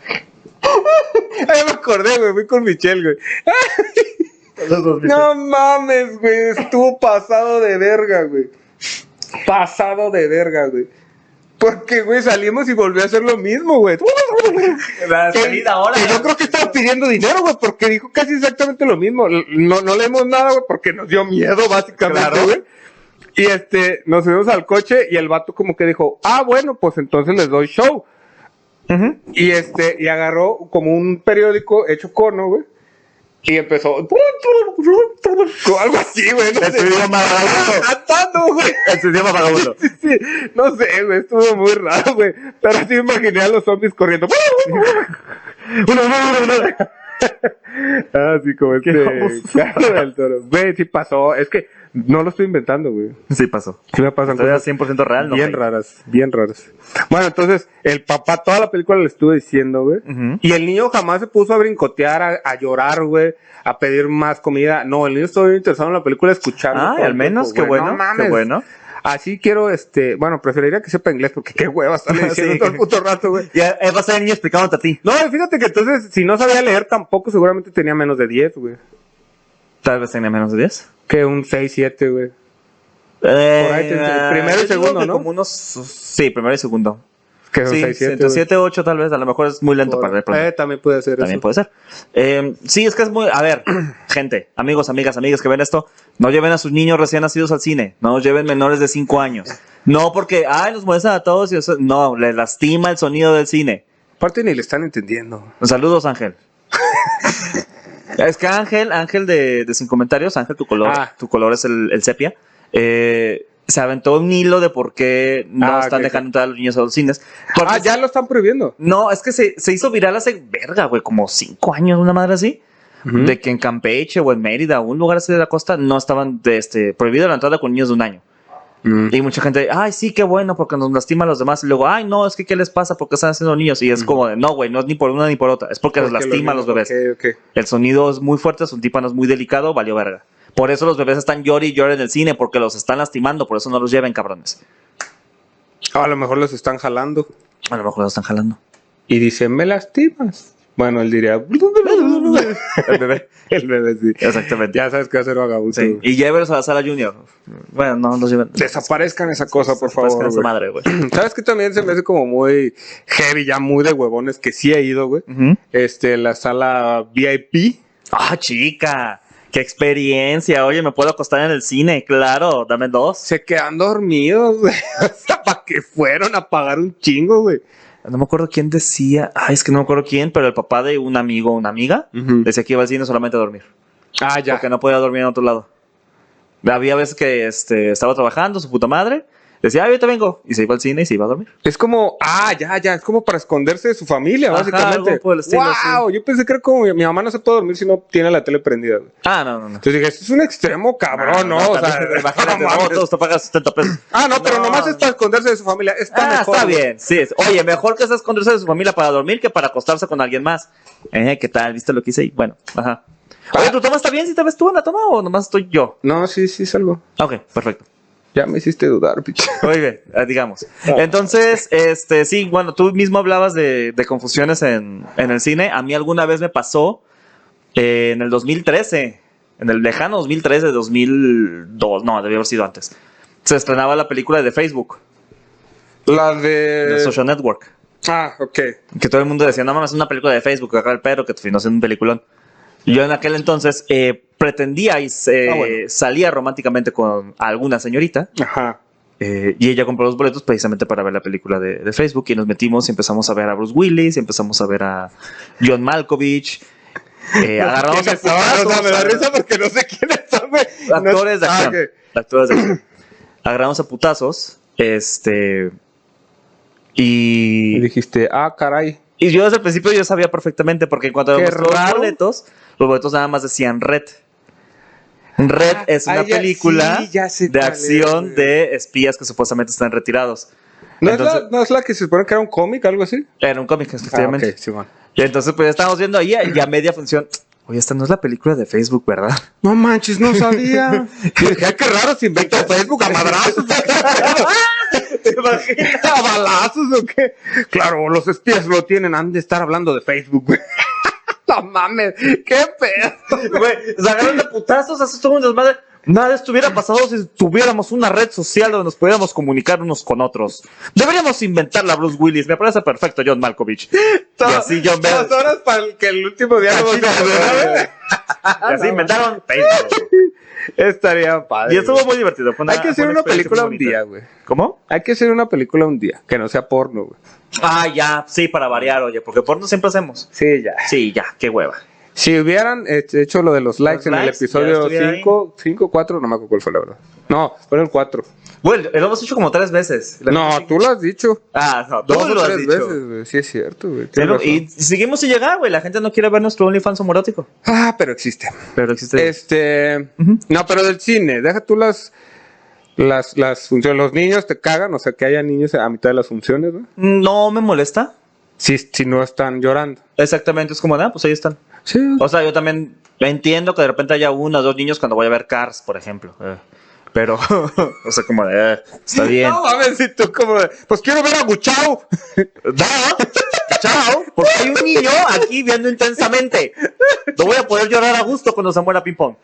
Ahí me acordé, güey. Fui con Michelle, güey. No mames, güey. Estuvo pasado de verga, güey. Pasado de verga, güey. Porque, güey, salimos y volvió a hacer lo mismo, güey. La Que- salida ahora. que yo creo que estaba pidiendo dinero, güey, porque dijo casi exactamente lo mismo. L- No, no leemos nada, güey, porque nos dio miedo, básicamente, Claro. güey. Y este, nos subimos al coche y el vato como que dijo, ah, bueno, pues entonces les doy show. Ujú. Y este, y agarró como un periódico hecho cono, güey. Y empezó. o Algo así, güey. No En su sé. idioma vagabundo. Cantando, güey. En su idioma vagabundo. Sí, sí. No sé, güey. Estuvo muy raro, güey. Pero así me imaginé a los zombies corriendo. Así como este. baboso. Ah, Guillermo del Toro. Güey, sí pasó. Es que No lo estoy inventando, güey. Sí pasó. Sí me pasan Historia cosas 100% real, ¿no? bien fake. raras, bien raras. Bueno, entonces, el papá toda la película le estuvo diciendo, güey. Ujú. Y el niño jamás se puso a brincotear, a, a llorar, güey, a pedir más comida. No, el niño estuvo bien interesado en la película, escuchando. Ay, todo Ah, al el menos, tiempo, qué güey. bueno, pues, No mames. qué bueno. Así quiero, este, bueno, preferiría que sepa inglés porque qué hueva estarle Sí. diciendo todo el puto rato, güey. Ya eh, va a ser el niño explicándote a ti. No, y fíjate que entonces, si no sabía leer tampoco, seguramente tenía menos de 10, güey. Tal vez tenía menos de 10. Que un 6, 7, güey. Eh, ahí te- primero y yo digo segundo, que ¿no? Como unos, sí, primero y segundo. Que un sí, 6, 7. entre 7 8 tal vez, a lo mejor es muy lento para ver. eh, también puede ser También eso. puede ser. Eh, sí, es que es muy. A ver, gente, amigos, amigas, amigas que ven esto, no lleven a sus niños recién nacidos al cine. No lleven menores de 5 años. No porque, ay, los molestan a todos y eso. No, les lastima el sonido del cine. Aparte ni le están entendiendo. Saludos, Ángel. es que Ángel, Ángel de, de Sin Comentarios, Ángel, tu color, Ah. tu color es el, el sepia. eh, se aventó un hilo de por qué no Ah, están ok, dejando entrar a los niños a los cines. Porque Ah, ya lo están prohibiendo. No, es que se, se hizo viral hace verga, güey, como cinco años, una madre así. De que en Campeche o en Mérida, un lugar así de la costa, no estaban de, este, prohibido la entrada con niños de un año. Mm. Y mucha gente, ay, sí, qué bueno, porque nos lastima a los demás. Y luego, ay, no, es que qué les pasa porque están haciendo niños. Y es como de, no, güey, no es ni por una ni por otra. Es porque, Porque los lastima a los niños- bebés. ok, ok. El sonido es muy fuerte, su tímpano es muy delicado, valió verga. Por eso los bebés están llori y llori en el cine, porque los están lastimando, por eso no los lleven, cabrones. Ah, A lo mejor los están jalando. A lo mejor los están jalando. Y dicen, me lastimas. Bueno, él diría. el bebé. El bebé, sí. Exactamente. Ya sabes que va a ser vagabundo. Sí. Y llévelos a la sala junior. Bueno, no los lleven. Desaparezcan esa cosa, por Pues que favor. a su güey. madre, güey. Sabes que también se me hace como muy heavy, ya muy de huevones, que sí he ido, güey. Ujú. Este, la sala VIP. Ah, chica. Qué experiencia. Oye, me puedo acostar en el cine. Claro, dame dos. Se quedan dormidos, güey. O sea, ¿para qué fueron a pagar un chingo, güey? No me acuerdo quién decía. Ay, es que no me acuerdo quién, pero el papá de un amigo o una amiga decía que iba al cine solamente a dormir. Ah, ya. Porque no podía dormir en otro lado. Había veces que este, estaba trabajando, su puta madre. Decía, ah, yo te vengo. Y se iba al cine y se iba a dormir. Es como, ah, ya, ya, es como para esconderse de su familia, Ajá, básicamente. algo por el estilo, wow, yo pensé que era como, mi mamá no se puede dormir si no tiene la tele prendida. güey. Ah, no, no, no. Entonces dije, esto es un extremo cabrón, ¿no? o sea, Ah, también, no imagínate, no, mames. todos te pagas 70 pesos. Ah, no, pero No. nomás es para esconderse de su familia. Está Ah, mejor. está güey. bien. Sí, es- oye, mejor que se esconderse de su familia para dormir que para acostarse con alguien más. Eh, ¿qué tal? ¿Viste lo que hice? ahí? Bueno, ajá. Ah. Oye, ¿tu toma está bien? ¿Si te ves tú en la toma o nomás estoy yo? Ah, No, sí, sí, salvo. Ok, perfecto. Ya me hiciste dudar, picha. Muy bien, eh, digamos. Ah. Entonces, este, sí, bueno, tú mismo hablabas de, de confusiones en, en el cine. A mí alguna vez me pasó eh, en el 2013, en el lejano 2013, 2002, no, debió haber sido antes. Se estrenaba la película de Facebook, La de de. Social Network. Ah, ok. que todo el mundo decía, no mames, es una película de Facebook, acá el perro que te financió un peliculón. Yo en aquel entonces eh, pretendía y se- Ah, bueno. salía románticamente con alguna señorita Ajá. eh, y ella compró los boletos precisamente para ver la película de, de Facebook y nos metimos y empezamos a ver a Bruce Willis, y empezamos a ver a John Malkovich, eh, agarramos a ¿Quiénes son? O sea, me da putazos, risa porque no sé quiénes son, güey. No- actores de Ah, acción, ok. actores de acción. agarramos a putazos, este... Y Y dijiste, ah, caray. Y yo desde el principio yo sabía perfectamente, porque en cuanto Qué vemos los raro. boletos, los boletos nada más decían Red. Red es una Ah, ya- película sí, ya sé de cuál es, acción güey. de espías que supuestamente están retirados. ¿No, es la, Entonces- ¿No es la que se supone que era un cómic, algo así? Era un cómic, efectivamente. Ah, ok, Simón. Y entonces pues ya estábamos viendo ahí y a media función. Oye, esta no es la película de Facebook, ¿verdad? No manches, no sabía. Yo dije, "Ay, qué raro, se inventó Facebook a madrazos. ¿A balazos o qué? Claro, los espías lo tienen, han de estar hablando de Facebook, güey. No mames, qué pedo. Güey, se agarran de putazos, así todo un desmadre. Nada estuviera pasado si tuviéramos una red social donde nos pudiéramos comunicar unos con otros. Deberíamos inventar la Bruce Willis. Me parece perfecto, John Malkovich. Y así John Bell. Dos horas para el que el último diálogo Así, se Y Ah, así inventaron Facebook. Estaría padre. Y estuvo güey. muy divertido. fue una- Hay que hacer fue una experiencia película muy un bonita. día, güey. ¿Cómo? Hay que hacer una película un día, que no sea porno, güey. Ah, ya, sí, para variar, oye, porque porno siempre hacemos. Sí, ya. Sí, ya, qué hueva. Si hubieran eh, hecho lo de los likes en likes, el ya episodio estuviera ahí. 5, 5, 4, no me acuerdo cuál fue la verdad. No, fue el 4. Bueno, lo hemos hecho como tres veces. La- No, tú lo has dicho. Ah, no, tú Dos o lo has tres dicho. veces, güey. Sí, es cierto, güey. Ya Tienes no- razón. y seguimos sin llegar, güey. La gente no quiere ver nuestro OnlyFans homorótico. Ah, pero existe. Pero existe. Este. Ujú. No, pero del cine. Deja tú las. Las, las funciones, los niños te cagan, o sea, que haya niños a mitad de las funciones, ¿no? No me molesta. Si, si no están llorando. Exactamente, es como, nada, pues ahí están. Sí. O sea, yo también entiendo que de repente haya uno o dos niños cuando voy a ver Cars, por ejemplo. eh, Pero, o sea, como de, eh, está bien. No, a ver si tú como de, pues quiero ver a Guchao. No, chao, porque hay un niño aquí viendo intensamente. No voy a poder llorar a gusto cuando se muera Ping Pong.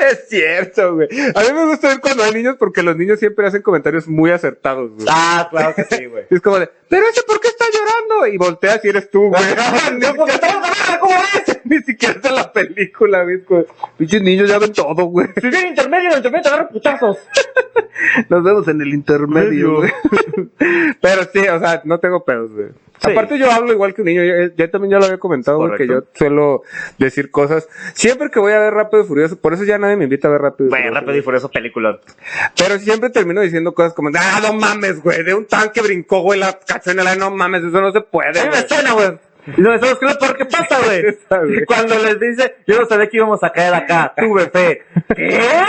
Es cierto, güey. A mí me gusta ver cuando hay niños porque los niños siempre hacen comentarios muy acertados, güey. Ah, claro que sí, güey. Es como de, pero ese por qué está llorando y volteas y eres tú, güey. No, pues, porque estamos hablando, ¿cómo ves? ¡Ah, Ni siquiera está la película, güey. es como, Pinches niños ya ven todo, güey. Si viene intermedio, en el intermedio te agarro putazos. Nos vemos en el intermedio, Medio. güey. Pero sí, o sea, no tengo pedos, güey. Sí. Aparte yo hablo igual que un niño, ya, ya también ya lo había comentado, güey, que yo Correcto. suelo decir cosas. Siempre que voy a ver Rápido y Furioso, por eso ya nadie me invita a ver Rápido y Güey, Furioso. rápido y furioso película. Pero siempre termino diciendo cosas como, ah, no mames, güey, de un tanque brincó, güey, la cachó en el aire, no mames, eso no se puede. güey". escena, güey. Y no sabes qué es lo peor que pasa, Esa, güey. Cuando les dice, yo no sabía que íbamos a caer acá, tuve fe. ¿Eh?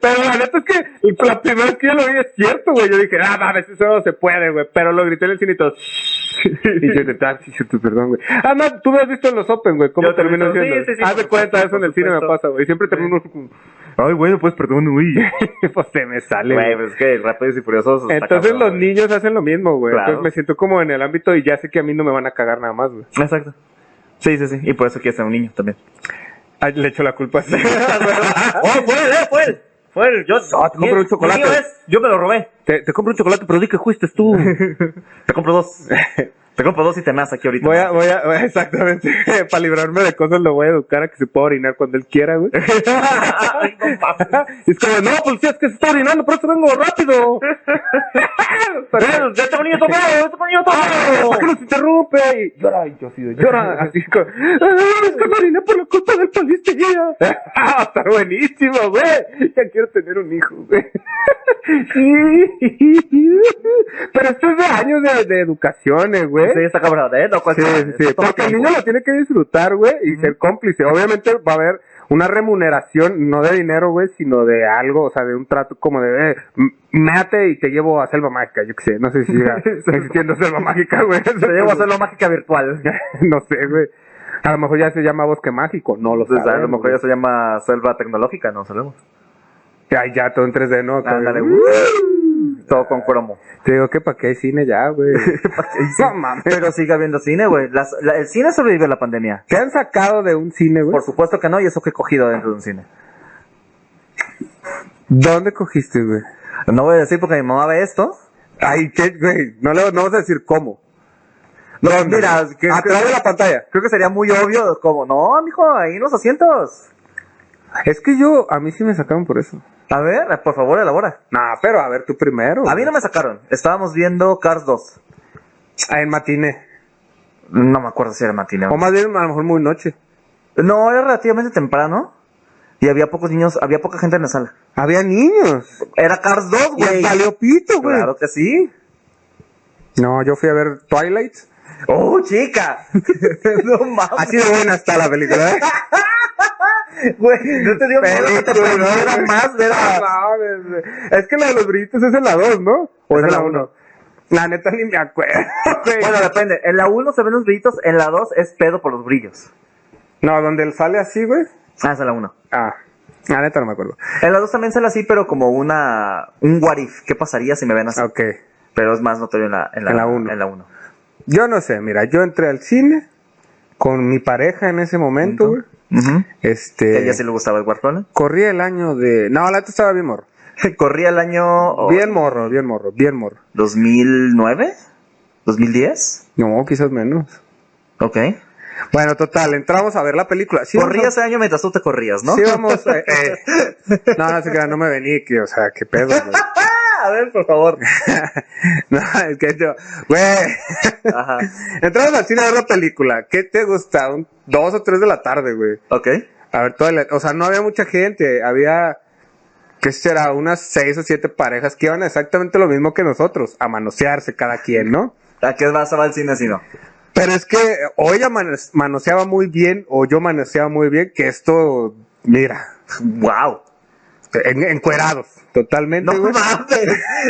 Pero la neta es que la primera vez que yo lo vi es cierto, güey. Yo dije, ah, mames, eso no se puede, güey. Pero lo grité en el cine y todo. y yo de ah, sí, cierto, perdón, güey. Ah, no, tú me has visto en los Open, güey. ¿Cómo Yo te he termino visto. siendo? Sí, sí, sí, Haz por de cuenta, supuesto, eso en el por cine me supuesto. pasa, güey. Siempre termino como, ay, bueno, pues perdón, güey. pues se me sale, Güey, pues es que rápidos y furiosos. está Entonces cabrón, los güey. niños hacen lo mismo, güey. Claro. Entonces me siento como en el ámbito y ya sé que a mí no me van a cagar nada más, güey. Exacto. Sí, sí, sí. Y por eso quieres ser un niño también. Ay, Le echo la culpa así. oh, fue él, eh, fue él. Fue él. Yo, No, Ah, te compro un chocolate. Mío es, yo me lo robé. te, te compro un chocolate, pero di que fuiste tú. Te compro dos. Te compro dos y te me das aquí ahorita. Voy a, voy a, exactamente, para librarme de cosas lo voy a educar a que se pueda orinar cuando él quiera, güey. Ay, no mames. es como, no, pues si es que se está orinando, por eso vengo rápido. Eh, Ya está un niño tomado, ya está un niño tomado. ¿Por qué nos interrumpe? Y llora, y yo así de, llora, así como, "Ah, es que me oriné por la culpa del policía. Ah, está buenísimo, güey. Ya quiero tener un hijo, güey. Pero esto es de años de, de educaciones, güey. Sí, está cabrón, ¿eh? No, Sí, sí, sí, porque el niño lo tiene que disfrutar, güey, y ser cómplice. Obviamente va a haber una remuneración, no de dinero, güey, sino de algo, o sea, de un trato como de, eh, m- mate y te llevo a Selva Mágica, yo qué sé, no sé si siga existiendo Selva Mágica, güey. Te llevo a hacerlo mágica virtual. no sé, güey. A lo mejor ya se llama Bosque Mágico, no lo sé. Entonces, a lo mejor ya se llama selva tecnológica, no sabemos. Ya, ya, todo en 3D, ¿no? Ándale, Todo- güey. Todo con cromo. Te digo que para qué hay cine ya, güey. no mames. Pero sigue habiendo cine, güey. Las- la- el cine sobrevive a la pandemia. ¿Te han sacado de un cine, güey? Por supuesto que no, y eso que he cogido dentro de un cine. ¿Dónde cogiste, güey? No voy a decir porque mi mamá ve esto. Ay, qué, güey. No, le, no vas a decir cómo. ¿Dónde? mira, que- atrás que- de la pantalla. Creo que sería muy obvio, como, no, mijo, ahí los asientos. Es que yo, a mí sí me sacaron por eso. A ver, por favor, elabora. Nah, pero a ver tú primero. A mí no me sacaron. Estábamos viendo Cars 2. Ah, en matiné. No me acuerdo si era matineo. O más bien, a lo mejor muy noche. No, era relativamente temprano. Y había pocos niños, había poca gente en la sala. Había niños. Era Cars 2, güey. Y valió pito, güey. Claro que sí. No, yo fui a ver Twilight. ¡Oh, chica! no mames. Así de buena está la película, ¿eh? Güey, no te dio miedo que te Película, prendiera güey. más ver a- No mames, güey. Es que la de los brillitos es en la 2, ¿no? O es en la 1. La neta ni me acuerdo, güey. Bueno, depende. En la 1 se ven los brillitos, en la 2 es pedo por los brillos. No, donde él sale así, güey. Ah, esa es la 1. Ah, la neta no me acuerdo. En la 2 también sale así, pero como una... Un what if. ¿Qué pasaría si me ven así? Ok. Pero es más notorio en la 1. En la uno. En la 1. Yo no sé, mira, yo entré al cine con mi pareja en ese momento, güey. Este. Ella sí le gustaba el Warhol. Corría el año de. No, la neta estaba bien morro. Corría el año... oh, Bien morro, bien morro, bien morro. ¿2009? ¿2010? No, quizás menos. Ok. Bueno, total, entramos a ver la película. Sí, Corría vamos ese año mientras tú te corrías, a- ¿no? Sí, vamos. eh, eh. No, no sé qué, no me vení, que, o sea, qué pedo, güey. a ver, por favor. No, es que yo, güey. Ajá. Entramos al cine a ver la película. ¿Qué te gusta? Un- dos o tres de la tarde, güey. Ok. A ver, toda la- o sea, no había mucha gente. Había, qué será, unas seis o siete parejas que iban exactamente lo mismo que nosotros, a manosearse cada quien, ¿no? ¿A qué vas a va al cine si no? Pero es que o ella mano- manoseaba muy bien o yo manoseaba muy bien, que esto, mira, ¡Wow! en- encuerados, No totalmente, güey. mames.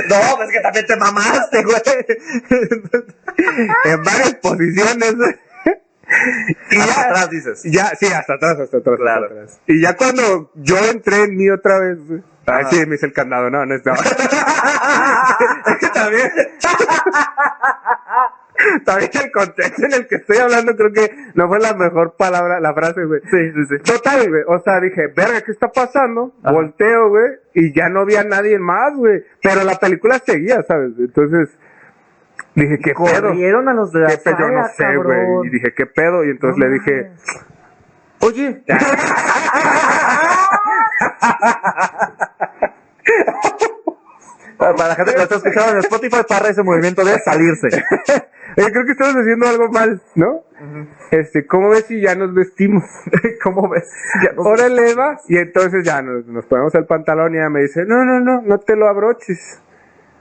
No, es que también te mamaste, güey. en varias posiciones, güey. Y Hasta ya- atrás dices. Ya, sí, hasta atrás, hasta atrás. Claro. hasta atrás. Y ya cuando yo entré en mí otra vez, güey. Ay, Ajá. sí, me hice el candado, no, no estaba. también. También el contexto en el que estoy hablando creo que no fue la mejor palabra, la frase, güey. Sí, sí, sí. Total, güey. O sea, dije, verga, ¿qué está pasando? Ajá. Volteo, güey. Y ya no había nadie más, güey. Pero la película seguía, ¿sabes? Entonces, dije, ¿qué pedo? Corrieron a los de la ¿Qué pedo? Yo no sala, sé, cabrón. güey. Y dije, ¿qué pedo? Y entonces No le dije, mames. oye, Para la gente que lo está escuchando en Spotify, parra ese movimiento de salirse. Eh, creo que estamos haciendo algo mal, ¿no? Este, ¿cómo ves si ya nos vestimos? ¿Cómo ves? Ya no- Órale, va. Y entonces ya nos, nos ponemos el pantalón y ella me dice, no, no, no, no te lo abroches.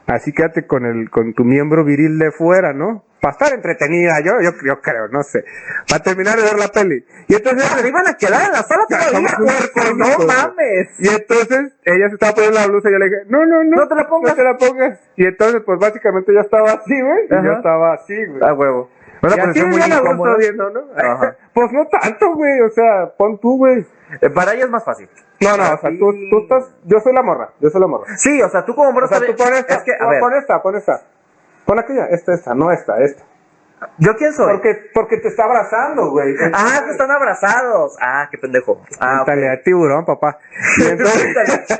Así quédate con el, con tu miembro viril de fuera, ¿no? Para estar entretenida, yo, yo, yo creo, no sé. Para terminar de ver la peli. Y entonces Se iban a quedar en la sala todavía, Somos unos puerco, no cómicos, güey. mames. Y entonces ella se estaba poniendo la blusa y yo le dije, no, no, no. No te la pongas. No te la pongas. Y entonces, pues básicamente yo estaba así, güey. Y yo Ajá. estaba así, güey. A Ah, huevo. Y así posición muy Ah, bien a gusto incómoda. viendo, ¿no? Ajá. pues no tanto, güey. O sea, pon tú, güey. Eh, Para ella es más fácil. No, no, o sea, tú, tú estás. Yo soy la morra. Yo soy la morra. Sí, o sea, tú como hombre O sea, estás- tú pon esta. Es que, a pon, ver, pon esta, pon esta. Pon aquella. Esta, esta, no esta, esta. ¿yo quién soy? Porque, porque te está abrazando, güey. Ah, que están abrazados. Ah, qué pendejo. Ah, ok. Mentalidad tiburón, papá. Y entonces,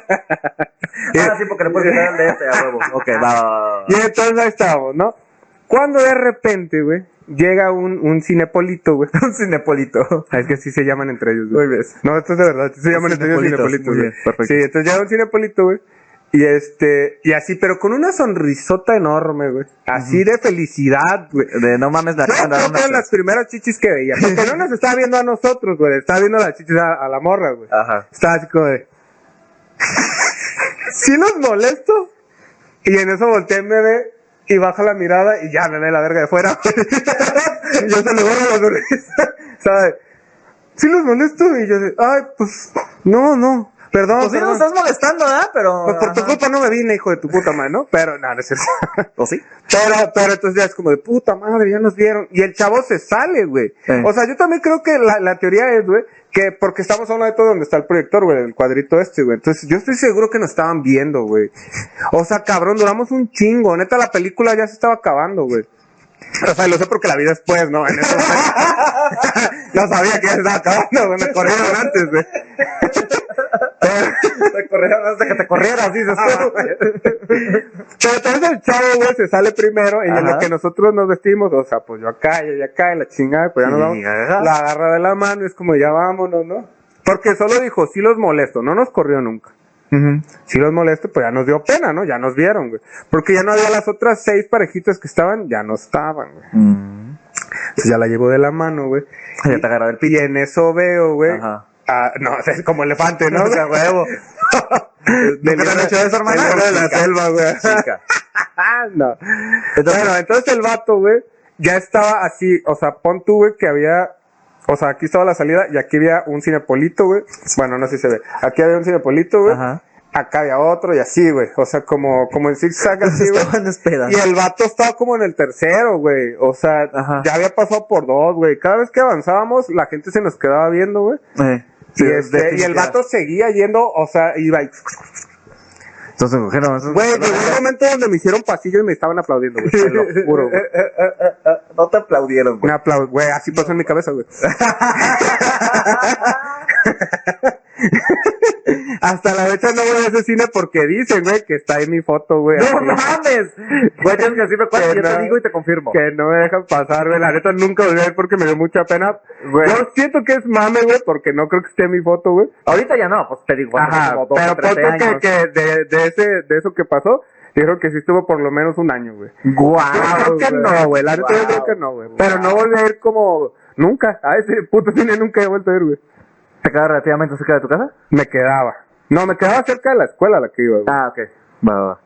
Ah, sí, porque le puedes quitar el de este, a huevo. Ok, va, va, va, va. y entonces ahí estábamos, ¿no? Cuando de repente, güey, llega un, un cinepolito, güey. Un cinepolito. Ah, Es que sí se llaman entre ellos, güey. Muy bien. No, esto es de verdad. Se llaman entre ellos Cinepolitos, cinepolitos, muy güey. bien, perfecto. Sí, entonces ya era un cinepolito, güey. Y este, y así, pero con una sonrisota enorme, güey. Así de felicidad, güey. De no mames, la Yo creo que eran las primeras chichis que veía. Porque no nos estaba viendo a nosotros, güey. Estaba viendo las chichis a, a la morra, güey. Ajá. Estaba así como de. ¿Sí los molesto? Y en eso volteé me ve y baja la mirada y ya me ve la verga de fuera. yo se le borro la sonrisa. ¿Sabes? ¿Sí los molesto? Y yo de, ay, pues, no, no. Perdón, Pues sí nos perdón. estás molestando, ¿verdad? Pero. Pues por tu ajá. culpa no me vine, hijo de tu puta madre, ¿no? Pero, no, no es cierto. ¿O sí? Pero, pero entonces ya es como de puta madre, ya nos vieron. Y el chavo se sale, güey. Eh. O sea, yo también creo que la, la teoría es, güey, que porque estamos a un lado donde está el proyector, güey, el cuadrito este, güey. Entonces yo estoy seguro que nos estaban viendo, güey. O sea, cabrón, duramos un chingo. Neta, la película ya se estaba acabando, güey. O sea, lo sé porque la vi después, ¿no? En ese momento. no sabía que ya se estaba acabando, güey. Me corrieron antes, güey. Te corrieron hasta que te corrieras, dices Ah, Pero entonces el chavo, güey, se sale primero y en Ajá. lo que nosotros nos vestimos, o sea, pues yo acá, yo ya acá, y la chingada, pues ya nos Sí, vamos. ajá. La agarra de la mano, es como ya vámonos, ¿no? Porque solo dijo, sí los molesto, no nos corrió nunca. Si los molesto, pues ya nos dio pena, ¿no? Ya nos vieron, güey. Porque ya no había las otras seis parejitas que estaban, ya no estaban, güey. Entonces ya la llevo de la mano, güey. Ya Mm. te agarraba el Y pito. en eso veo, güey. Ajá. Ah, no, es como elefante, ¿no? O sea, huevo. Del ¿Nunca te han libro- hecho eso, hermana? del libro de la Chica. selva, güey. Chica. Ah, no. Entonces- pues, bueno, entonces el vato, güey, ya estaba así, o sea, pon tú, güey, que había, o sea, aquí estaba la salida y aquí había un cinepolito, güey. Bueno, no sé si se ve. Aquí había un cinepolito, güey. Ajá. Acá había otro y así, güey. O sea, como, como en zigzag así, güey. Estaban Y esperando. el vato estaba como en el tercero, güey. O sea, Ajá. ya había pasado por dos, güey. Cada vez que avanzábamos, la gente se nos quedaba viendo, güey. Eh, y, este, sí, y el definitivamente. vato seguía yendo, o sea, iba y... Entonces cogieron. esos- Güey, llegó un momento donde me hicieron pasillo y me estaban aplaudiendo, güey. Te lo juro, güey. Eh, eh, eh, eh, eh, No te aplaudieron, Un güey. aplauso, güey, así pasó en mi cabeza, güey. Hasta la fecha no voy a ese cine porque dicen, güey, que está ahí mi foto, güey. ¡No así, mames! Güey, tienes que decirme cuál Que y yo te no. digo y te confirmo. Que no me dejan pasar, güey. La neta nunca volví a ir porque me dio mucha pena. Güey. Yo siento que es mame, güey, porque no creo que esté mi foto, güey. Ahorita ya no, pues te digo, bueno, Ajá, como 12, pero 13 ponte que, años. que de, de ese, de eso que pasó, Dijeron que sí estuvo por lo menos un año, güey. Guau. Yo creo que no, güey. La neta yo creo que no, güey. Pero no volví a ir como nunca. A ese puto cine nunca he vuelto a ir, güey. ¿Te queda relativamente cerca de tu casa? Me quedaba. No, me quedaba cerca de la escuela a la que iba, güey. Ah, ok. Va, va, va.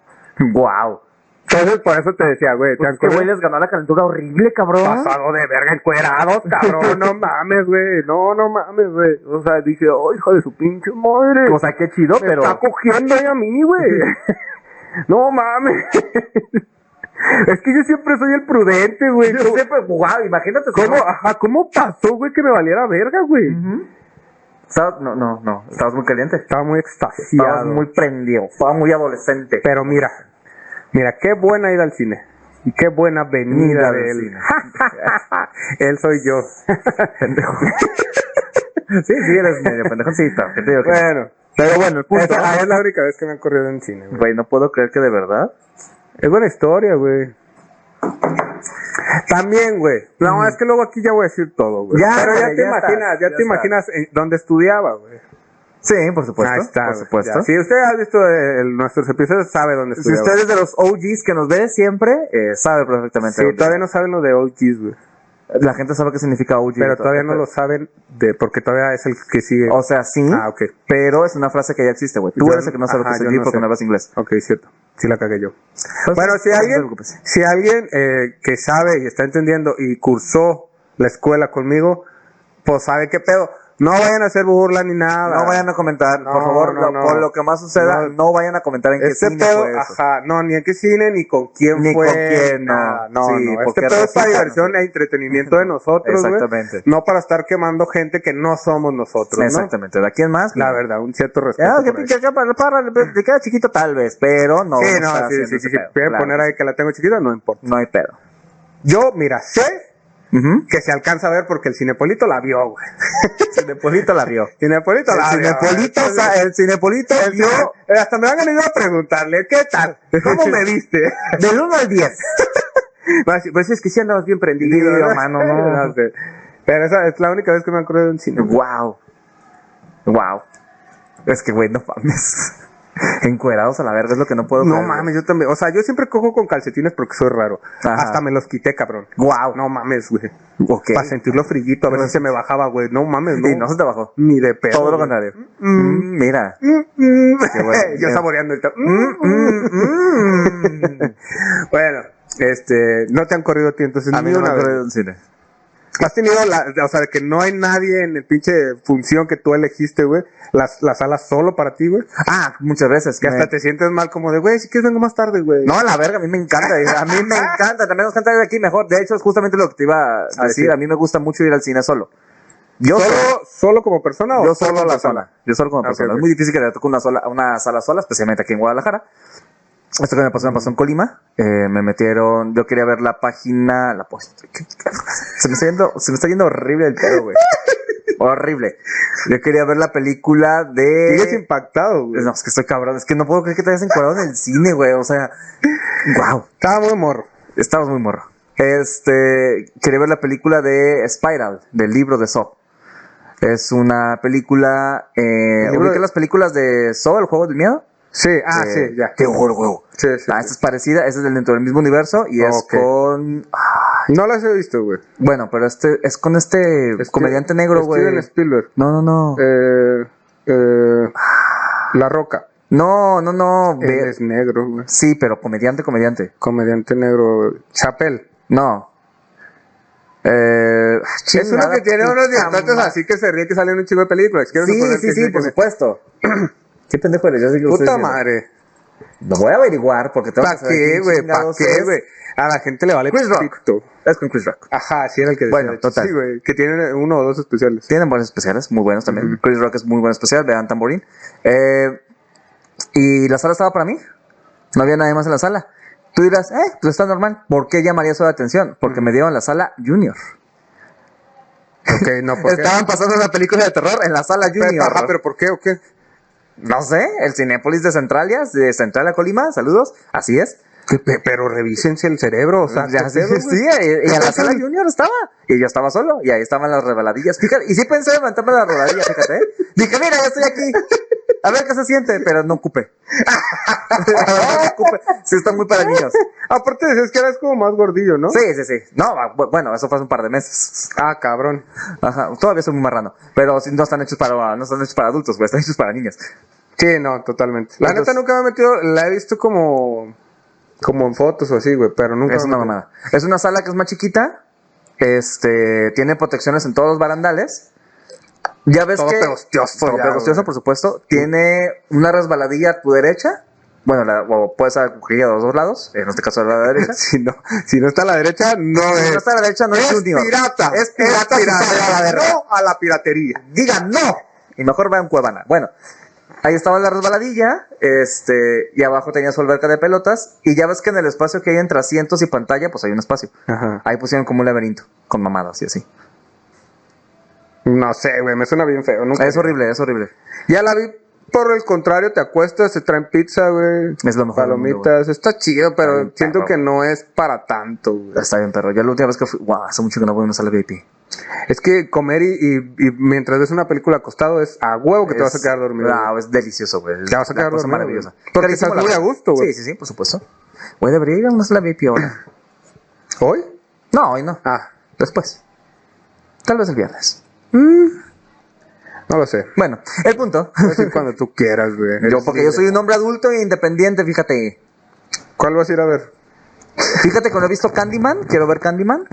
Guau. Entonces, por eso te decía, güey, te Pues es que, güey, les ganó la calentura horrible, cabrón. pasado de verga encuerados, cabrón. No mames, güey. No, no mames, güey. O sea, dije, oh, hijo de su pinche madre. O sea, qué chido, me pero... está cogiendo ahí a mí, güey. no mames. es que yo siempre soy el prudente, güey. Yo ¿Cómo- siempre, guau, imagínate. ¿Cómo, ¿no? ajá, ¿Cómo pasó, güey, que me valiera verga, güey? Ujú. Estabas- No, no, no. Estabas muy caliente. Estaba muy Estabas extasiado. muy prendido. Estabas muy adolescente. Pero mira, mira, qué buena ida al cine. Y qué buena venida Ida de al él. cine. él soy yo. sí, sí, eres medio pendejoncita. ¿Qué te digo que no? bueno, pero bueno, el punto. Esa- ah, es la única vez que me han corrido en cine, güey. Güey, no puedo creer que de verdad. Es buena historia, güey. También, güey. No, es que luego aquí ya voy a decir todo, güey. Ya, Pero ya güey, te ya imaginas, estás, ya, ya te estás. imaginas en dónde estudiaba, güey. Sí, por supuesto. Ahí está, por güey, supuesto. ya. Si usted ha visto el- nuestros episodios, sabe dónde Si estudiaba. usted es de los OGs que nos ve siempre, eh, sabe perfectamente. Sí, dónde. todavía no saben lo de OGs, güey. La gente sabe qué significa OG. Pero todavía no lo saben de porque todavía es el que sigue. O sea, sí, Ah, ok. pero es una frase que ya existe, güey. Tú Yo- eres el que no sabe ajá, qué yo significa no porque sé. Pues, no hablas inglés. Ok, cierto. Sí la cagué yo. Entonces, bueno, si no te alguien, preocupes. si alguien eh, que sabe y está entendiendo y cursó la escuela conmigo, pues sabe qué pedo. No vayan a hacer burla ni nada. No vayan a comentar, No, por favor, no, lo- no. por lo que más suceda, No. no, vayan a comentar en qué Este cine pedo, fue eso. ajá, no, ni en qué cine, ni con quién Ni fue. con quién, no. nada. no. Sí, no. Este porque pedo es para resulta- diversión e entretenimiento de nosotros, güey. Exactamente. No para estar quemando gente que no somos nosotros, ¿no? Exactamente. ¿De quién más? La verdad, un cierto respeto. Ah, que por ahí. pinche para, para, te queda chiquito tal vez, pero no. sí, vamos a no, estar sí, haciendo sí, sí, ese sí. pedo. Pueden Claro. poner ahí que la tengo chiquita, no importa. No hay pedo. Yo, mira, sé Ujú. que se alcanza a ver porque el cinepolito la vio, güey. Cinepolito la vio. Cinepolito El la vio. Cinepolito, o sea, el Cinepolito El vio cine- eh, hasta me van a ir a preguntarle, ¿qué tal? ¿Cómo me viste? del 1 al 10. Va a decir, pues es que sí andabas bien prendido. Sí, ¿verdad? mano, no. sé. Pero esa es la única vez que me han corrido en cine. Wow. Wow. Es que, güey, no mames. Encuerados a la verga es lo que no puedo No creer, mames, yo también. O sea, yo siempre cojo con calcetines porque soy raro. Ajá. Hasta me los quité, cabrón. Wow. No mames, güey. Ok. Para sentirlo frillito, a ver si se me bajaba, güey. No mames, no. Y no se te bajó. Ni de pedo. Todo lo güey. contrario. Mm. Mm, mira. Mm, mm. Qué bueno. yo saboreando el... ta- Mm, Mm, mm. mm, mm. Bueno, este, no te han corrido a ti, entonces A ni mí no me una vez. acuerdo del cine. Has tenido la, o sea, que no hay nadie en el pinche función que tú elegiste, güey. Las, las salas solo para ti, güey. Ah, muchas veces. Que me- hasta te sientes mal como de, güey, si quieres vengo más tarde, güey. No, a la verga, a mí me encanta. ir. A mí me encanta. También nos encanta ir aquí mejor. De hecho, es justamente lo que te iba a sí. decir. A mí me gusta mucho ir al cine Ah, solo. Yo ¿Solo, solo como persona o Yo solo a la persona? sola. Ah, Yo solo como Ok, persona. ok. Es muy difícil que le toque una, sola, una sala sola, especialmente aquí en Guadalajara. Esto que me pasó, me pasó en Colima. Eh, me metieron, yo quería ver la página, la pos- se me está yendo, se me está yendo horrible el pelo, güey. horrible. Yo quería ver la película Sigues de... impactado, güey. No, es que estoy cabrón, es que no puedo creer que te hayas encuadrado en el cine, güey. O sea, wow, Estaba muy morro. estabas muy morro. Este, quería ver la película de Spiral, del libro de Saw. Es una película. Eh, ¿El libro ¿ubican de- las películas de Saw, el juego del miedo? Sí, ah, Eh, sí, ya. Qué horror, huevo. Sí, sí, Ah, sí. esta es parecida, esta es del- dentro del mismo universo y es Ok. con. ah, No las he visto, güey. Bueno, pero este es con este Este- comediante negro, güey. Oh. Steven Spielberg. No, no, no. Eh, eh, la Roca. no, no, no. Él ve- es negro, güey. Sí, pero comediante, comediante. Comediante negro. güey. Chapel. No. Eh, Es uno que tiene unos diamantes así que se ríe que salen un chico de películas. Quiero Sí, suponer sí, que sí, por que- supuesto. ¿Qué pendejo eres? Yo sé que lo estoy Puta diciendo. madre. Lo voy a averiguar porque tengo ¿Para que saber qué, quién güey? ¿Para chingados qué, es. güey? A la gente le vale Chris Rock. pito. Es con Chris Rock. Ajá, sí era el que decía. Bueno, de hecho. total. Sí, güey. Que tiene uno o dos especiales. Tienen buenos especiales, muy buenos también. Chris Rock es muy buen especial, vean Tamborín. Eh, y la sala estaba para mí. No había nadie más en la sala. Tú dirás, eh, pues está normal. ¿Por qué llamaría eso la atención? Porque me dieron la sala Junior. Ok, no, ¿por qué? Estaban pasando una película de terror en la sala Pero- Junior. Ajá, pero ¿por qué o qué? No sé, el Cinépolis de Centralia, de Central a Colima, saludos, así es. Que pe- Pero revísense el cerebro, o sea, Ya, ¿qué sí, pedo, sí, Ah, güey? y, y en la sala junior estaba. Y yo estaba solo. ¿eh? Y ahí estaban las rebaladillas. Fíjate, y sí pensé en levantarme la rebaladilla, fíjate. Dije, mira, ya estoy aquí. A ver qué se siente, pero no ocupe. A ver, no ocupe. Sí, está muy para niños. Aparte decías que eras como más gordillo, ¿no? Sí, sí, sí. No, ah, bu- bueno, eso fue hace un par de meses. Ah, cabrón. Ajá, todavía soy muy marrano. Pero sí, no están hechos para, no están hechos para adultos, güey, están hechos para niños. Sí, no, totalmente. La Entonces- neta nunca me he metido, la he visto como como en fotos o así, güey, pero nunca Es me una he metido. mamada. Es una sala que es más chiquita. Este, tiene protecciones en todos los barandales. Ya ves Todo que. pegostioso Todo ya, pegostioso, güey. por supuesto. Tiene una resbaladilla a tu derecha. Bueno, la, o puedes acogida a los dos lados. En este caso, a la derecha. Si no, si no está a la derecha, no Si es. no está a la derecha, no es, es junior. pirata. Es pirata. Es si sale a la verga. No a la piratería. Diga no. Y mejor va en Cuevana. Bueno, ahí estaba la resbaladilla. Este, y abajo tenía su alberca de pelotas. Y ya ves que en el espacio que hay entre asientos y pantalla, pues hay un espacio. Ajá. Ahí pusieron como un laberinto con mamadas y así. No sé, güey, me suena bien feo. Nunca. Ah, Es horrible, es horrible. Ya la vi. Por el contrario, te acuestas, te traen pizza, güey. Es lo mejor del mundo, Palomitas. está chido, pero Está bien siento perro, que no es para tanto, güey. Está bien, perro. Yo la última vez que fui, wow, hace mucho que no voy a una sala VIP. Es que comer y, y- y mientras ves una película acostado es a huevo que te vas a Es- quedar dormido. güey. No, es delicioso, güey. Es Te vas a una quedar cosa dormido, maravillosa. güey. Porque Carísimo, estás la muy verdad. a gusto, güey. Sí, sí, sí, por supuesto. Güey, debería ir a una sala VIP ahora. ¿Hoy? No, hoy no. Ah, Después. Tal vez el viernes. Mm, no lo sé. Bueno, el punto. Puedes ir cuando tú quieras, güey. Yo, Eres porque yo libre. soy un hombre adulto e independiente, fíjate. ¿Cuál vas a ir a ver? Fíjate que no he visto Candyman. Quiero ver Candyman.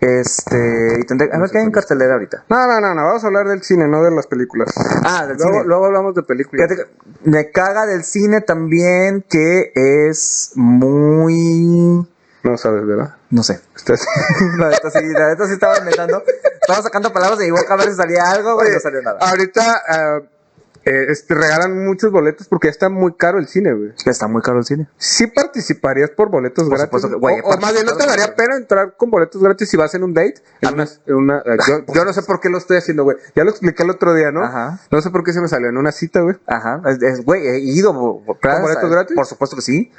Este. y tendré- a ver qué hay en cartelera ahorita. No, no, no, no. Vamos a hablar del cine, no de las películas. Ah, del luego, cine. luego hablamos de películas. Fíjate que me caga del cine también que es muy... No sabes, ¿verdad? No sé. Estás- La neta sí, la neta sí estaba inventando. Estaba sacando palabras de mi boca a ver si salía algo, güey. No salió nada. Ahorita ah, eh, este, regalan muchos boletos porque ya está muy caro el cine, güey. Está muy caro el cine. Sí participarías por boletos Por gratis. supuesto que- güey, o, o más bien, ¿no te daría pena entrar con boletos gratis si vas en un date? En una- en una- yo, yo no sé por qué lo estoy haciendo, güey. Ya lo expliqué el otro día, ¿no? Ajá. No sé por qué se me salió en una cita, güey. Ajá. Es- es- Güey, he ido... bo- bo- ¿Con boletos eh, gratis? Por supuesto que sí.